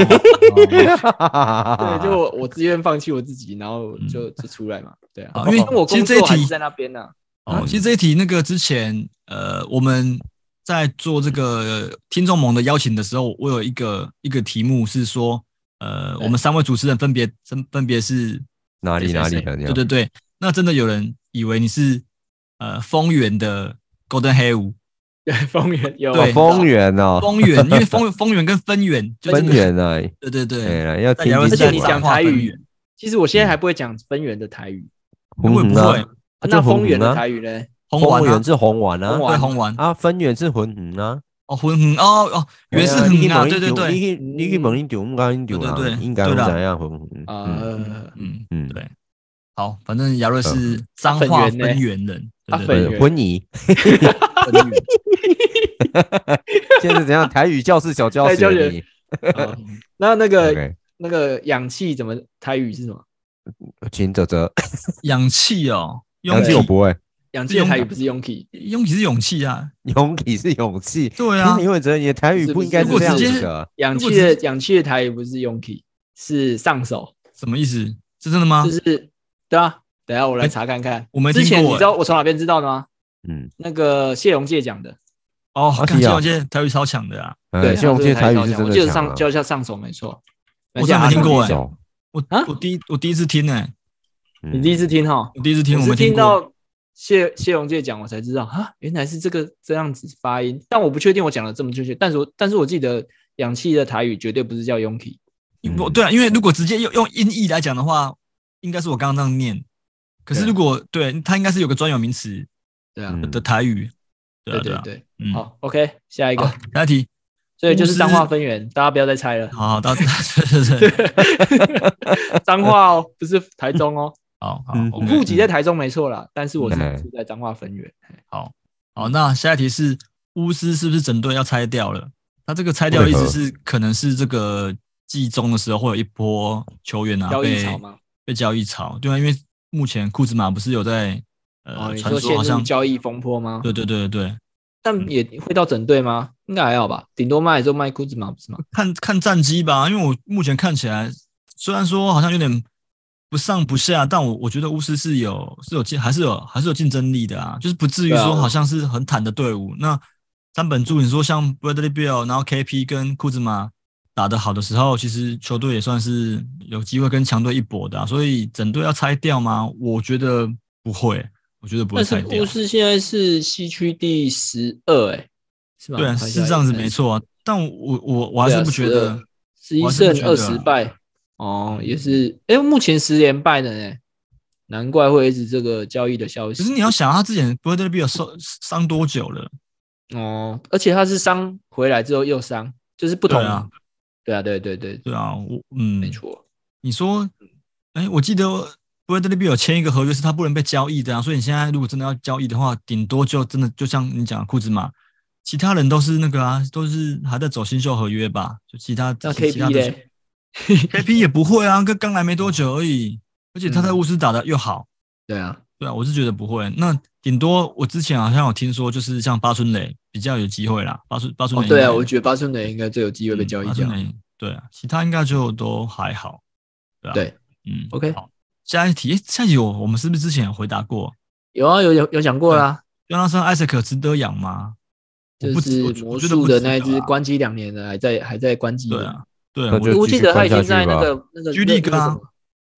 A: 啊
D: 对，就我我自愿放弃我自己，然后就就出来嘛，对啊
A: 好，嗯因为
D: 但我
A: 其实
D: 工
A: 这一
D: 作还
A: 题
D: 是在那 边呢，
A: 哦，其实这一题那个之前，呃，我们在做这个听众盟的邀请的时候，我有一个一个题目是说，呃，
D: 对
A: 我们三位主持人分别分分别是
C: 哪里
A: 谁谁
C: 哪里啊
A: 谁对
C: 人？
A: 对对，那真的有人以为你是呃丰原的 Golden 黑五，
D: 对，丰原有
A: 对
C: 哦，丰原哦，
A: 丰原，因为丰丰原跟分原就真
C: 分
A: 的是，
C: 园啊，
A: 对对对，
C: 对，要
A: 大
C: 听
A: 家会
C: 清楚
D: 而且
C: 啊。
D: 你讲台语，其实我现在还不会讲分园的台语，
A: 会不
C: 嗯啊
A: 会
C: 嗯啊
D: 那
C: 就
D: 丰原
C: 嗯
D: 的
C: 啊
D: 台语呢？
A: 红
C: 丰
A: 丸啊
C: 原？是红丸啊，
D: 红丸嗯
A: 对，红丸
C: 啊，分园是混嗯啊，
A: 哦，混混哦哦，原是
C: 哎呀
A: 很啊，
C: 你去
A: 对对
C: 问你
A: 对，
D: 嗯
C: 去你去问你丢，唔该你丢啦，
A: 对对对
C: 应该
A: 对啦
C: 怎样混嗯嗯
D: 呃，
A: 嗯。
C: 嗯，
A: 对好，反正亚瑞是彰
D: 粉
A: 化
D: 嗯圆呢
A: 分园人，
D: 啊
A: 对对
D: 粉
A: 对
D: 圆
C: 对，婚仪。现在是怎样？台语教室小教
D: 台语
C: 室
D: 教
C: 而
D: 室
C: 已，
D: 哦
A: 嗯
D: 那那个
C: 对，
D: 那个氧气怎么台语是什么？
C: 请泽泽，
A: 氧气 哦，
C: 杨
A: 勇
C: 气我不会，
D: 氧气的台语不是 Yonki，
A: 勇气是勇气啊，
C: 勇气是勇气。
A: 对啊
C: 你，会觉得你的台语不应该是这样
A: 如
C: 子
A: 果
C: 的，
D: 氧
A: 如
D: 气
A: 果
D: 的
A: 只是
D: 氧气的台语不是 Yonki，是上手，
A: 什么意思？是真的吗
D: 就？是对啊。等一下我来查看看。
A: 啊哎我没听
D: 之前
A: 过哎
D: 你知道我从哪边知道的吗？
C: 嗯，
D: 那个谢荣介讲的，
A: 哦，
C: 啊
A: 看
C: 是
A: 谢
C: 啊
A: 永健台语超强的啊，
D: 对，
C: 像我这些台语是
D: 我
C: 真
D: 记得
C: 的强嗯
D: 上
C: 啊。
D: 就叫上手没错。
A: 我真的没听过哎
C: 手
A: 我
D: 啊
A: 我第一我第一次听呢，哎
C: 嗯
D: 你第一次听哈？
A: 我第一次听，
D: 我
A: 我
D: 是
A: 没
D: 听
A: 过。
D: 到谢谢荣介讲，我才知道啊，原来是这个这样子发音。但我不确定我讲的这么正确，但是我但是我记得氧气的台语绝对不是叫 Yonki，
A: 因为我对啊，因为如果直接用用音译来讲的话，应该是我刚刚那样念。可是
D: 对
A: 如果对它应该是有个专有名词
D: 对
C: 嗯
D: 啊，
A: 的台语，嗯对
D: 对
A: 啊对
D: 对
A: 啊，
D: 对。
A: 嗯，好，
D: 好，OK，下一个，
A: 下一题，
D: 所以
A: 巫
D: 就是
A: 师
D: 脏话分园，大家不要再 猜了，
A: 好好到，对对对，
D: 脏话哦，不是台 中哦，
A: 好好
C: 嗯
D: 我
A: OK
D: 户籍在台中没错啦，但是我是
C: 嗯
D: 住在脏话分园，
A: 好，那下一题是巫师是不是整队要拆掉了？他这个拆掉的意思是，可能是这个季中的时候会有一波球员啊
D: 交易
A: 被
D: 潮嘛，
A: 被交易潮，对啊，因为目前库兹马不是有在
D: 哦，
A: 呃
D: 你
A: 传
D: 说
A: 说好
D: 陷入
A: 像
D: 交易风波吗？
A: 对对对对，
D: 但也会到整队吗？应该还好吧，顶多卖也就卖裤子嘛，不是吗？
A: 看看战绩吧，因为我目前看起来虽然说好像有点不上不下，但我我觉得巫师是有是有竞还是有还是有竞争力的啊，就是不至于
D: 对啊
A: 说好像是很惨的队伍。那三本柱，你说像 Bradley b i l l 然后 KP 跟库兹马打得好的时候，其实球队也算是有机会跟强队一搏的、啊，所以整队要拆掉吗？我觉得不会，我觉得不会
D: 但
A: 拆
D: 是
A: 掉
D: 巫。师现在是西区第十二，哎，是吧？
A: 对啊，
D: 好像
A: 是这样子没。错啊，但我我我我还
D: 啊
A: 是不觉得。
D: 十一
A: 我还是
D: 胜
A: 不觉得啊
D: 二十败，哦，也是，哎，目前十连败的呢，难怪会一直这个交易的消息。
A: 可是你要想，他之前 Bradley b i l l 受伤多久了？
D: 哦，而且他是伤回来之后又伤，就是不同
A: 对啊。
D: 对啊，对对对，
A: 对啊，我嗯，
D: 没。错。
A: 你说，哎，我记得 Bradley b i l l 签一个合约是他不能被交易的啊，所以你现在如果真的要交易的话，顶多就真的就像你讲的库兹马，其他人都是那个啊，都是还在走新秀合约吧？就其他
D: 那
A: 其其他
D: KB
A: 的
D: 嘞，
A: KP 也不会啊，跟刚来没多久而已，而且他在
D: 嗯
A: 巫师打的又好，
D: 对啊，
A: 对啊，我是觉得不会。那顶多我之前好像有听说，就是像巴春磊比较有机会啦，巴春巴春
D: 哦
A: 磊应该、
D: 对啊，我觉得巴春雷应该最有机会被交易
A: 嗯巴
D: 掉
A: 春。磊对啊，其他应该就都还好，对啊，
D: 对，
A: 嗯
D: OK
A: 好，下一题，诶下一题我我们是不是之前有回答过？
D: 有啊，有有有讲过啦，
A: 约翰森艾瑟克值得养吗？我
D: 就
A: 不
D: 是
A: 值我
D: 魔
A: 我觉得不
D: 术的
A: 值
D: 那一
A: 得
D: 只
A: 啊
D: 关机两年的，还在还在关机
A: 对
D: 的。
A: 啊，对，
C: 那
A: 我
C: 就
D: 我记得他已经在那
C: 继续
D: 个那个
A: G
D: 那
A: League
D: 那个
A: 啊
D: 什么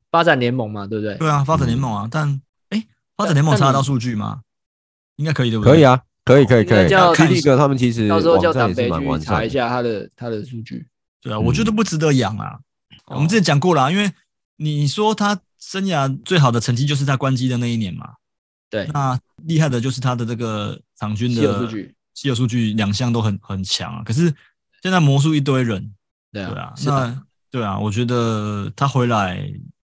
D: 发展联盟嘛，对不对？
A: 对啊，发展联盟啊，但哎，发展联盟
D: 嗯但
A: 查得
D: 你
A: 到数据吗？应该可以，对不对？
C: 可以，啊，可以可以可
D: 那
C: 以。
D: 叫
C: 区立哥他们其实
D: 到时候叫
C: 网站
D: 党
C: 也
D: 北
C: 是蛮
D: 去
C: 完
D: 查
C: 善
D: 一
C: 的，
D: 下他的他的数据。
A: 对啊，我觉得不值得养啊。
D: 嗯
A: 我们之前讲过了，因为你说他生涯最好的成绩就是他关机的那一年嘛，
D: 对，
A: 那厉害的就是他的这个场均
D: 稀有数
A: 的
D: 据，
A: 稀有数据两项都很很强啊。可是现在魔术一堆人，
D: 对
A: 对啊
D: 啊，，是吧
A: 那对啊，我觉得他回来，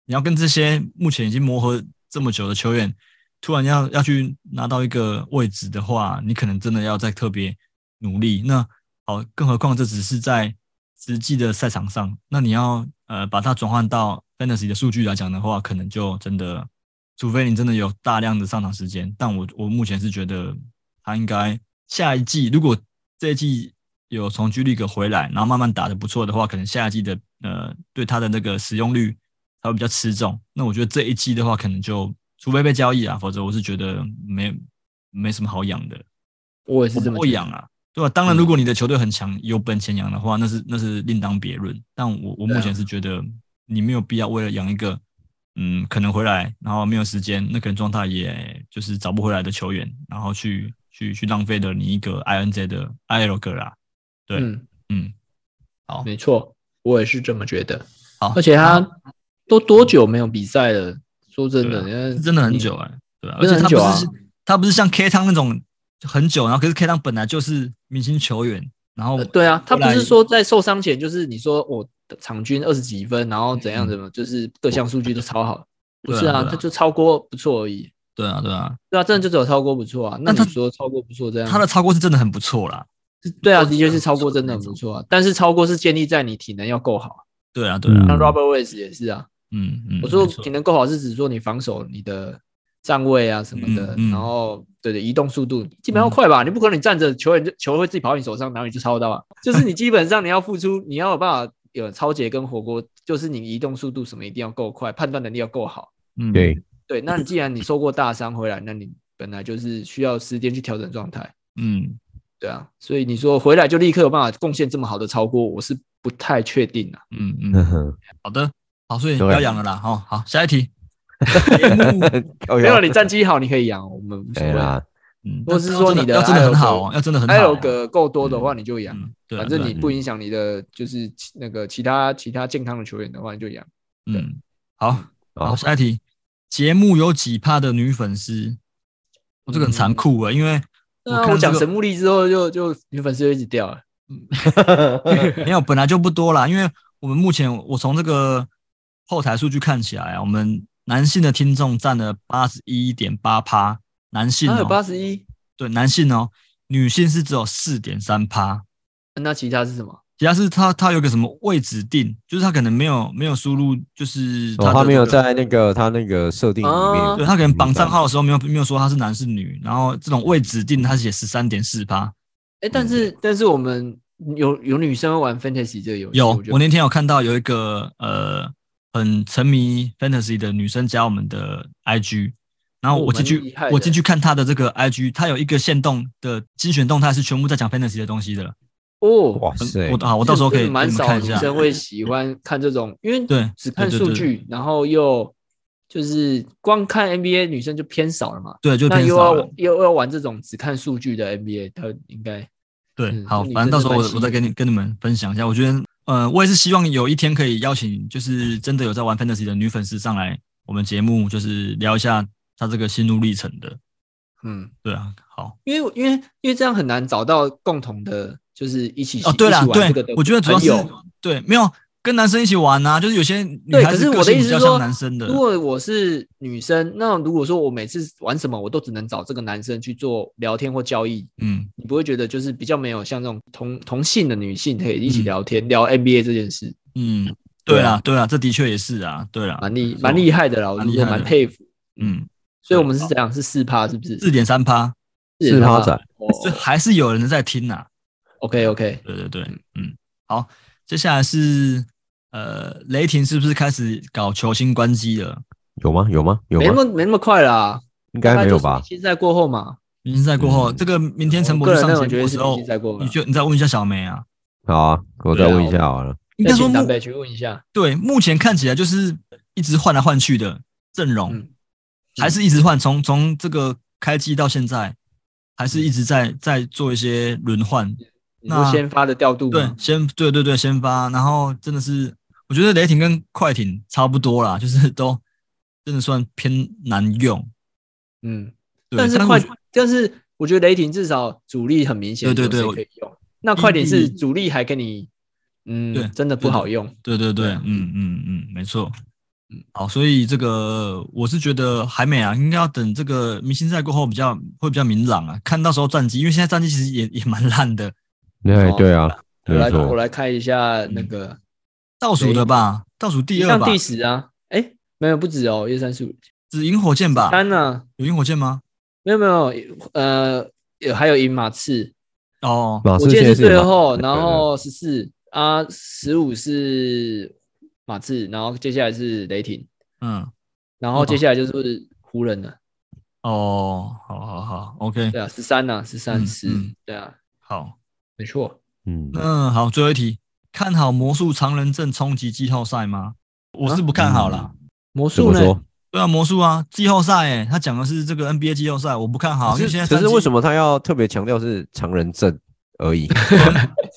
A: 你要跟这些目前已经磨合这么久的球员，突然要要去拿到一个位置的话，你可能真的要再特别努力。那好，更何况这只是在实际的赛场上，那你要呃把它转换到 fantasy 的数据来讲的话，可能就真的，除非你真的有大量的上场时间。但我我目前是觉得他应该下一季，如果这一季有从 G League 回来，然后慢慢打得不错的话，可能下一季的呃对他的那个使用率他会比较吃重。那我觉得这一季的话，可能就除非被交易啊，否则我是觉得没没什么好养的，
D: 我也是
A: 我
D: 这
A: 不
D: 么
A: 会
D: 觉得嗯
A: 养。啊。对吧、当然，如果你的球队很强，有本钱养的话，那是那是另当别论。但我我
D: 对啊
A: 目前是觉得你没有必要为了养一个，嗯，可能回来然后没有时间，那可能状态也就是找不回来的球员，然后去去去浪费了你一个 INJ 的 IL 哥啦。对
D: 嗯，
A: 嗯，好，啊
D: 没错，我也是这么觉得。
A: 好
D: 而且他都多久没有比赛了？说真的，
A: 对
D: 人
A: 是
D: 家
A: 真的很久哎、对啊，而
D: 嗯真的
A: 且他不
D: 很久啊
A: 是他不是像 K 汤那种很久，然后可是 K 汤本来就是明星球员，然后
D: 呃对啊，他
A: 后
D: 不
A: 来
D: 是说在受伤前，就是你说我场均二十几分，然后怎样怎么，就是各项数据都超好。不
A: 嗯对啊
D: 是啊，
A: 对啊
D: 他就超过不错而已。
A: 对啊对啊，
D: 对啊，真的就只有超过不错啊。那
A: 但
D: 你
A: 他
D: 说超过不错这样，
A: 他的超过是真的很不错啦，
D: 对啊，的确是超过真的很不错啊。但是超过是建立在你体能要够好，
A: 对啊对啊，
D: 像
C: 嗯
D: Robert w a s 也是啊。
A: 嗯嗯，
D: 我说
A: 没错
D: 体能够好是指说你防守、你的站位啊什么的，
A: 嗯嗯嗯
D: 然后对对，移动速度基本上要快吧，你不可能你站着球员就球会自己跑到你手上，然后你就抄到啊。就是你基本上你要付出，你要有办法有超节跟火锅，就是你移动速度什么一定要够快，判断能力要够好。
A: 嗯
C: 对，
D: 对，那你既然你受过大伤回来，那你本来就是需要时间去调整状态。
A: 嗯
D: 对啊，所以你说回来就立刻有办法贡献这么好的超过，我是不太确定啊。
A: 嗯
C: 呵
A: 嗯，
C: 呵
A: 好的，好，所以
C: 对
A: 不要养了啦，好好，下一 题，哎节目啊
C: 哦
D: 没有
C: 哟
D: 你战绩好，你可以养，我们无所
C: 对
D: 谓。
C: 啦，
A: 嗯，
D: 或是
A: 要
D: 说
A: 真
D: 你的
A: 要真的很
D: IL
A: 好哦，要真的很好
D: 还有
A: 哦，
D: 个够多的话，你就养。
A: 嗯，对啊，
D: 反正
A: 对啊
D: 你不影响你的就是其那个其他其他健康的球员的话，你就养。
A: 嗯，好，好，
C: 好
A: 下一题，节目有几趴的女粉丝？我
D: 嗯
A: 这个很残酷啊，因为我
D: 那
A: 看
D: 我
A: 这
D: 讲
A: 个
D: 神木力之后，就就女粉丝就一直掉了。
A: 没有，本来就不多啦，因为我们目前我从这个后台数据看起来啊，我们男性的听众占了八十一点八趴，男性
D: 啊他有八
A: 哦，
D: 十一，
A: 对，男性哦，女性是只有四点三趴，
D: 那其他是什么？
A: 其他是他他有个什么位置定，就是他可能没有没有输入，就是他
C: 哦
A: 的
C: 他没有
A: 这个
C: 在那个他那个设定里
D: 啊
C: 面，
A: 对他可能绑账号的时候没有没有说他是男是女，然后这种位置定他写十三点四趴，
D: 哎，
A: 嗯
D: 但是但是我们有有女生会玩 fantasy 这个游戏，
A: 有
D: 我，觉
A: 我
D: 得
A: 那天有看到有一个呃很沉迷 fantasy 的女生加我们的 IG，然后
D: 哦
A: 我进
D: 蛮厉
A: 去
D: 害的
A: 我进去看她的这个 IG，她有一个限动的精选动态是全部在讲 fantasy 的东西的。
D: 哦，
C: 哇塞
A: 我，啊，我到时候可以
D: 这
A: 给
D: 个
A: 你
D: 蛮
A: 们
D: 少
A: 看一
D: 女
A: 下。
D: 生会喜欢看这种，因为
A: 对
D: 只看
A: 对对
D: 数
A: 对
D: 据，然后又就是光看 NBA 女生就偏少了嘛。
A: 对，就
D: 那
A: 偏
D: 又
A: 少
D: 要
A: 了。
D: 又要玩这种只看数据的 NBA，他应该
A: 对，
D: 嗯
A: 好，
D: 那女
A: 反正到时候
D: 生
A: 我我
D: 真的蛮
A: 再
D: 幸
A: 跟你跟你们分享一下。我觉得呃，我也是希望有一天可以邀请，就是真的有在玩 fantasy 的女粉丝上来我们节目，就是聊一下她这个心路历程的。
D: 嗯，
A: 对啊，好。
D: 因为因为因为这样很难找到共同的，就是一起
A: 哦，对
D: 一
A: 啦，
D: 起玩
A: 对
D: 这个的，
A: 我觉得主要
D: 朋
A: 是
D: 友
A: 对，没有跟男生一起玩呐、就是有些女
D: 对。
A: 孩
D: 可
A: 子
D: 是
A: 个
D: 我的
A: 性
D: 意
A: 比
D: 思
A: 较像
D: 是说
A: 男生，的，
D: 如果我是女生，那如果说我每次玩什么，我都只能找这个男生去做聊天或交易，
A: 嗯，
D: 你不会觉得就是比较没有像这种同同性的女性可以一起
A: 嗯
D: 聊天、聊 NBA 这件事。
A: 嗯，对啦，对啦，这的确也是啊，对啦，
D: 啊蛮厉蛮厉害的啦，我
A: 蛮
D: 觉
A: 厉害
D: 得
A: 的
D: 蛮佩服。
A: 嗯，
D: 所以我们是怎样？是四趴是不是？
A: 四点三趴，
C: 四趴仔，
D: 哦
A: 这还是有人在听呐、啊
D: OK OK，
A: 对对对，嗯，好，接下来是呃，雷霆是不是开始搞球星关机了？
C: 有吗？有吗？有
D: 没那
C: 吗？
D: 么没那么快啦，
C: 应该没有吧？
D: 现在过后嘛，
A: 明星赛过后，
C: 嗯
A: 这个明天陈
D: 我
A: 博
D: 个
A: 去
D: 人认
A: 上
D: 为
A: 节
D: 觉
A: 目
D: 得
A: 的
D: 是
A: 时
D: 明
A: 候
D: 星，赛过后
A: 你
D: 啦。
A: 就你再问一下小梅啊。
C: 好啊，我再问一下好了。
A: 应该
D: 再
A: 说
D: 请
A: 目
D: 长辈去问一下，
A: 对目前看起来就是一直换来换去的阵容，
D: 嗯
A: 还是一直换，从从这个开机到现在，还
D: 嗯
A: 是一直在在做一些轮换。
D: 你说
A: 那
D: 先发的调度
A: 对
D: 嘛，，
A: 先对对对，先发，然后真的是，我觉得雷霆跟快艇差不多啦，就是都真的算偏难用。
D: 嗯，
A: 对
D: 但是
A: 我
D: 快
A: 觉得，
D: 但是我觉得雷霆至少主力很明显，
A: 对对对
D: 有谁可以用。那快点是主力还跟你，嗯，
A: 对
D: 真的不好用。
A: 对对对，
D: 对啊
A: 嗯嗯嗯，没错。嗯，好，所以这个我是觉得还没啊，应该要等这个明星赛过后比较会比较明朗啊，看到时候战绩，因为现在战绩其实也也蛮烂的，
C: 哎，对啊，
D: 我
C: 没
D: 来我
C: 错。
D: 来看一下那个，
A: 倒数的吧，倒数嗯第二
D: 像
A: 吧，
D: 第十啊，哎，没有不止哦，一二三四五
A: 只赢火箭吧？
D: 三啊呢，
A: 有赢火箭吗？
D: 没有没有，呃，有还有赢马刺，
A: 哦，
C: 马
D: 我
C: 刺
D: 记
C: 现
D: 得
C: 在
D: 是最
C: 有
D: 后，
C: 对
D: 然后十四啊，十五是马刺，然后接下来是雷霆，
A: 嗯，
D: 然后接下来就是湖人了。
A: 哦，好好好，OK，
D: 对啊，十三呐，十
A: 嗯
D: 三十
A: 嗯，
D: 对啊，
A: 好，
D: 没错。
C: 嗯，
A: 嗯，好，最后一题，看好魔术常人阵冲击季后赛吗？我是不看好啦。
D: 魔
C: 怎
D: 术
C: 么
D: 呢？
C: 说？
A: 对啊，魔术啊，季后赛，哎，他讲的是这个 NBA 季后赛，我不看好，因为现在
C: 可是为什
A: 么？
C: 么他要特别强调是常人症而 已？
A: 因为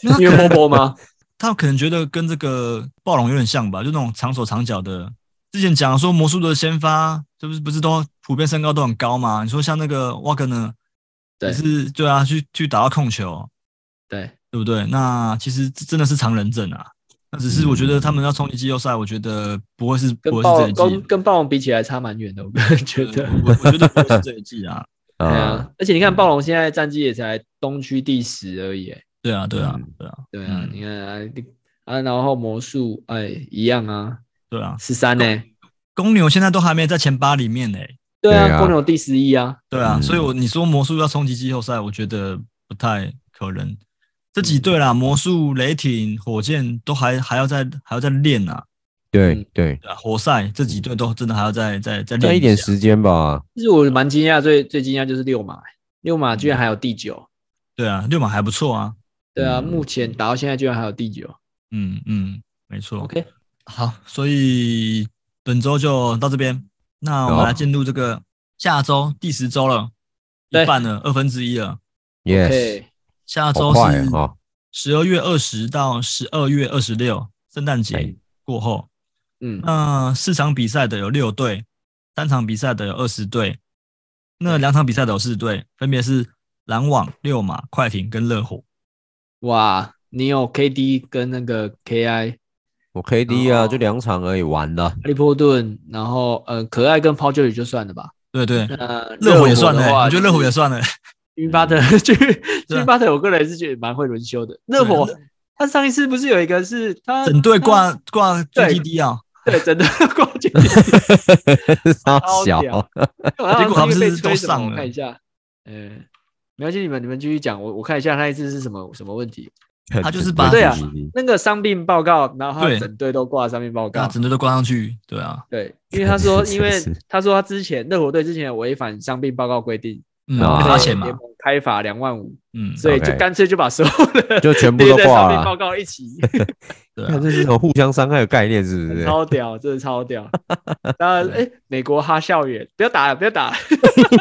A: 他
D: 因为
A: 可能
D: 波波吗？
A: 他可能觉得跟这个暴龙有点像吧，就那种长手长脚的。之前讲说魔术的先发，就是不是都普遍身高都很高嘛？你说像那个瓦格呢，也
D: 对
A: 是对啊，去去打到控球，
D: 对，
A: 对不对？那其实这真的是常人症啊。那只是我觉得他们要冲击季后赛，我觉得不会是
D: 嗯跟
A: 不会
D: 暴
A: 是这一
D: 跟
A: 季，
D: 跟暴龙比起来差蛮远的，我个
C: 嗯
D: 人觉
A: 对
D: 得。
A: 我我觉得不会是这一季啊。
D: 对
C: 啊，
D: 啊，而且你看暴龙现在战绩也才东区第十而已，哎
A: 对啊，对啊
C: 嗯，
A: 对啊，
D: 对啊
A: 嗯，
D: 你看啊你啊，然后魔术哎一样啊，
A: 对啊。
D: 十三呢？
A: 公牛现在都还没在前八里面呢、欸
D: 对
C: 对
D: 啊，
C: 啊
D: 公牛第十一啊，
A: 对啊，
C: 嗯
A: 所以我你说魔术要冲击季后赛，我觉得不太可能。这
C: 嗯
A: 几队啦，魔术、雷霆、火箭都还还要再还要再练啊，
C: 对对，
A: 对啊，活塞这几队都真的还要再再再
C: 嗯再
A: 练
C: 一点
A: 下
C: 时间吧。
D: 其实我蛮惊讶，最最惊讶就是六马，六马居然还有第九。
A: 对啊，六马还不错啊，
D: 对啊，
C: 嗯
D: 目前打到现在居然还有第九。
A: 嗯嗯，没错。
D: OK，
A: 好，所以本周就到这边，那我们
C: 好
A: 来进入这个下周第十周了，
D: 对
A: 一半了，二分之一了。
C: Yes，
D: 对，
A: 下
C: 好
A: 周
C: 快
A: 是
C: 啊！
A: 十二月二十到十二月二十六，圣诞
C: 哎
A: 节过后，
D: 嗯，
A: 那四场比赛的有六队，三场比赛的有二十队，那两场比赛的有四队，分别是篮网、六马、快艇跟热火。
D: 哇，你有 KD 跟那个 KI
C: 我 KD 啊，
D: 哦
C: 就两场而已，完 了。
D: 哈利波顿，然后呃，可爱跟 Paul George 就算了吧。
A: 对对，
D: 那
A: 热火也算了、
D: 的
A: 欸，
D: 话，
A: 我觉得热火也。算了、啊
D: 军巴特， 军军巴特，我个人是觉得蛮会轮休的。热火，他上一次不是有一个是他
A: 欸整队挂挂
D: 对
A: GTD 啊，
D: 对整队挂进，
C: 他
D: 超
C: 小，
D: 屌
A: 结果他不是
D: 被吹
A: 都
D: 什么
A: 上了
D: 我看一下，嗯，没关系，你们你们继续讲，我我看一下那一次是什么什么问题。
A: 他 就是把
D: 对啊那个伤病报告，然后他
A: 对
D: 整队都挂伤病报告
A: 啊，，整队都挂上去，对啊，
D: 对，因为他 说，因为
C: 真是
D: 他说他之前热火队之前有违反伤病报告规定，
A: 嗯，
C: 啊
A: 被
D: 被
A: 罚钱嘛
D: 联，盟开罚两万五，
A: 嗯，
D: 所以就
C: OK
D: 干脆就把所有的
C: 就全部
D: 列
C: 都
D: 在
C: 挂
D: 伤病报
C: 了。
D: 告一起，
A: 对啊
C: 看，这是什么互相伤害的概念，是不是？
D: 超屌，真的超屌。然后哎，美国哈校园，不要打了，不要打了，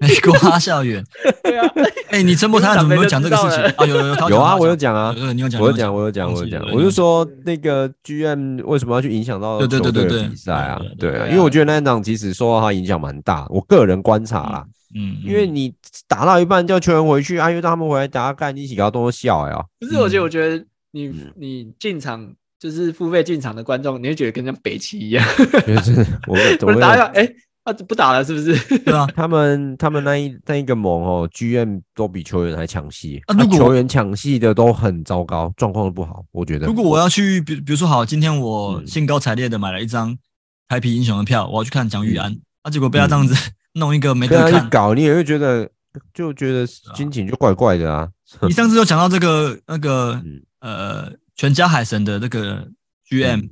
A: 美国哈哎校园，
D: 对啊，
A: 哎、你陈柏台怎么没有讲这个事情
D: 长辈
A: 啊？有有有，他
C: 有啊，
A: 他
C: 我有讲啊
A: 对，对，你有讲，
C: 我有
A: 你
C: 讲，我有讲，
A: 忘
C: 我有
A: 记了
C: 讲，
A: 对
C: 我就
A: 你
C: 说那个 GM 为什么要去影响到
A: 对对对
C: 球队的
A: 对对
C: 比赛啊
A: 对对？对
C: 对啊，
D: 对
C: 因为我
D: 啊
C: 觉得那一场其实受到他影响蛮大，我个人观察啦，
A: 嗯，嗯
C: 因为你打到一半叫球员回去，啊，又让他们回来打，干一起给他都笑呀，
D: 不是，我觉得，我觉得你
C: 嗯
D: 你进场就是付费进场的观众，你会觉得跟像北齐一样，
C: 就是我
D: 不
C: 我
D: 是打一打，哎，啊，不打了是不是？
A: 对啊，
C: 他们他们那一那一个盟哦，GM 都比球员还抢戏，
A: 啊如果
C: 球员抢戏的都很糟糕，状况都不好，我觉得。
A: 如果我要去，比比如说好，今天我
C: 嗯
A: 兴高采烈的买了一张台啤英雄的票，我要去看蒋玉安，啊，结果被他这样子 弄一个没
C: 跟
A: 得
C: 嗯他一
A: 看。啊
C: 搞，你也会觉得就觉得心情就怪怪的啊。
A: 你上次有讲到这个那个
C: 嗯
A: 呃，全家海神的这个 GM，
C: 嗯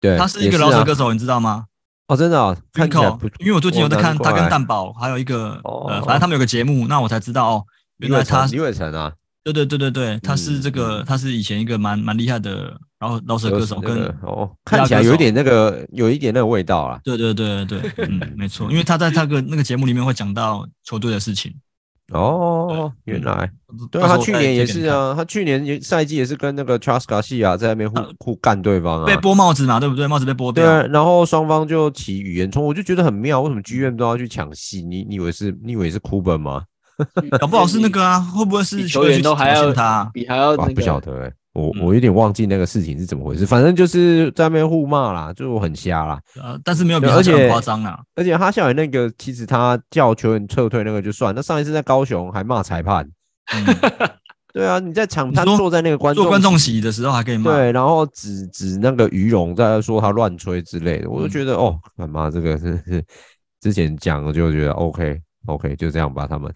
C: 对，
A: 他是一
C: 也
A: 个饶舌
C: 啊
A: 歌手，你知道吗
C: 哦，真的啊，看起来
A: ？Vinco，
C: 不错，
A: 因为我最近有在看
C: 哦
A: 他跟蛋，
C: 难
A: 宝，还有一个呃，
C: 哦
A: 反正他们有个节目，那我才知道哦，
C: 怪
A: 原来他
C: 李伟成啊，
A: 对对对对对，他是这个
C: 嗯
A: 他是以前一个蛮蛮厉害的饶饶舌歌手，
C: 那个
A: 跟
C: 哦，看起来有一点那个，有一点那个味道啊。
A: 对对对对对， 嗯，没错，因为他在他个那个节目里面会讲到球队的事情。
C: 哦，原来
A: 嗯到
C: 对啊，
A: 时候
C: 他
A: 我
C: 去
A: 再
C: 年也
A: 贴给
C: 是
A: 你看，
C: 啊，他去年也赛季也是跟那个 Charles Garcia 在那边互
A: 啊
C: 互干对方
A: 被
C: 啊。
A: 剥帽子嘛，对不对？帽子被剥
C: 对
A: 掉，
C: 啊，然后双方就起语言冲突，我就觉得很妙，为什么 GM 都要去抢戏？你你以为是你以为是 Cooper 吗？
A: 搞不好是那个啊，会不会是
D: 比球员
A: 去
D: 都还
A: 挑衅
D: 要
A: 他啊？
D: 比还要
C: 哇
D: 那
C: 不晓
D: 个，
C: 得哎、我
A: 嗯
C: 我有点忘记那个事情是怎么回事，反正就是在那边互骂啦，就是我很瞎啦。
A: 呃，但是没有比
C: 对
A: 他
C: 而
A: 想的
C: 且
A: 夸张 啊。
C: 而且哈夏尔那个，其实他叫球员撤退那个就算，那上一次在高雄还骂裁判，
A: 嗯
C: 对啊，你在场
A: 你
C: 他
A: 说
C: 坐在那个观众
A: 做观众席的时候还可以骂，
C: 对，然后指指那个于荣在说他乱吹之类的，我
A: 嗯
C: 就觉得、哦，干嘛这个 是是之前讲的就觉得 OK OK 就这样吧，他们。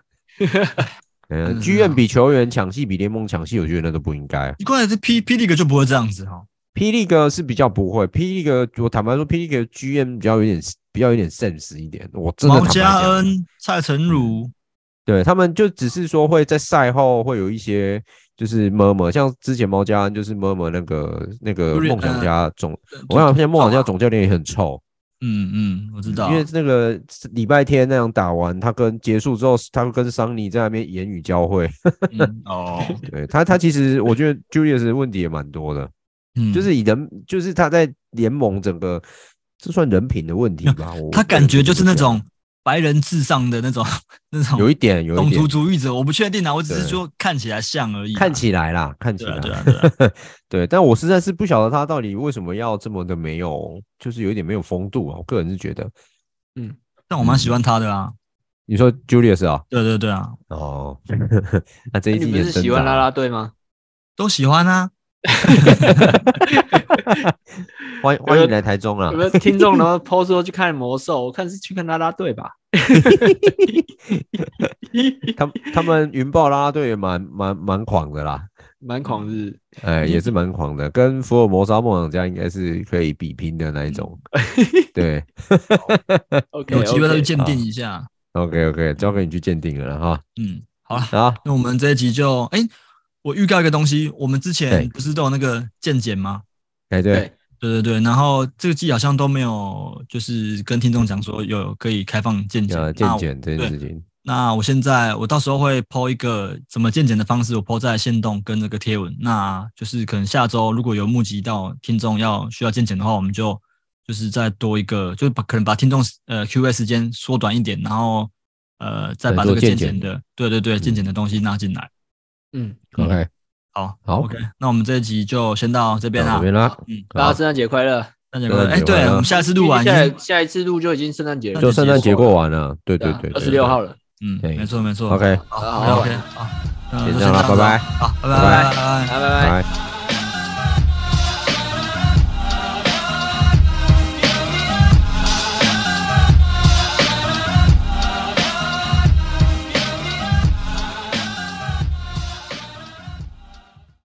C: 嗯
A: 嗯
C: 剧院比球员抢戏比联盟抢戏，我觉得那都不应该。
A: 一怪这 P P League 就不会这样子哦。
C: 霹雳哥是比较不会，霹雳哥我坦白说，霹雳哥 GM 比较有点比较有点 sense 一点，我真的
A: 毛
C: 坦白
A: 家
C: 讲
A: 恩、蔡成儒，
C: 对他们就只是说会在赛后会有一些就是摸摸，像之前毛家恩就是摸摸那个那个
A: 就是
C: 梦想家总，
A: 呃
C: 嗯我想现在梦想家
A: 啊
C: 总教练也很臭，
A: 嗯嗯，我知道，
C: 因为那个礼拜天那样打完，他跟结束之后，他跟桑尼在那边言语交汇，
A: 嗯哦，
C: 对他他其实我觉得 Julius 的问题也蛮多的，
A: 嗯
C: 就是以人就是他在联盟整个这算人品的问题吧，我
A: 他感觉就是那
C: 我觉得
A: 种白人至上的那 种那
C: 有
A: 种
C: 一点有一
A: 种
C: 点
A: 族主义者，我不确定啊，我只是
C: 对
A: 说看起来像而已啊。
C: 看起来啦，看起
A: 对
C: 来
A: 啊对啊对啊，
C: 对，但我实在是不晓得他到底为什么要这么的没有，就是有一点没有风度啊。我个人是觉得，
A: 但我蛮喜欢他的啊。
C: 你说 Julius 啊，
A: 对对对啊，
C: 哦， 那这一
D: 哎你
C: 季
D: 不
C: 也
D: 是喜欢
C: 他
D: 啦啦队吗？
A: 都喜欢啊。
C: 欢欢
D: 呃
C: 迎来台中啊
D: 有没！有听众然后 PO 说去看魔兽？我看是去看啦啦队吧。
C: 他们他们云豹啦啦队也蛮蛮蛮狂的啦，
D: 蛮狂日，
C: 哎，也是蛮狂的，跟福尔摩沙梦想家应该是可以比拼的那一 种。对
D: OK，
A: 有机会再去
D: OK
A: 鉴定一下。
C: 哎，OK OK，交给你去鉴定了哈。
A: 嗯，好了，
C: 好，
A: 那我们这一集就哎、我预告一个东西，我们之前
C: 对
A: 不是都有那个健检吗？
C: 哎对
D: 对，
A: 对对对，然后这个季好像都没有，就是跟听众讲说有可以开放健检。
C: 呃，
A: 那
C: 鉴
A: 我
C: 检这
A: 对
D: 啊
C: 件事情，
A: 那我现在我到时候会抛一个怎么健检的方式，我抛在线动跟那个贴文。那就是可能下周如果有募集到听众要需要健检的话，我们就就是再多一个，就是把可能把听众呃 Q&A 时间缩短一点，然后呃再
C: 再
A: 把这
C: 做
A: 个
C: 健
A: 健检
C: 检
A: 的对对对健检的东西纳进来。
D: 嗯，
A: 嗯
C: OK，
A: 好，
C: 好
A: OK，那我们这一集就先到这边
C: 到
A: 啦
C: 这。边啦，
A: 嗯，
D: 大家圣诞节快乐！
A: 大家快乐！
C: 圣诞
A: 哎，
C: 节
A: 对
C: 快乐
A: 我们下一次录完已
D: 因为
A: 经
D: 下，下一次录就已经圣诞节了，啊
C: 就
A: 圣
C: 圣
A: 诞
C: 诞
A: 节
C: 节过完了，对对对，
D: 二
C: 对
D: 十六号了。
A: 嗯，
C: 对
A: 没错没错。
C: ，OK，
A: 好
D: 好
A: ，OK，OK，好，那
C: 先
A: 就
C: 这样啦
A: 先这样子哦
C: 嗯
A: 好，拜
C: 拜拜
A: 拜
C: 拜拜
A: 拜拜拜拜。
D: 拜拜拜。
C: 拜。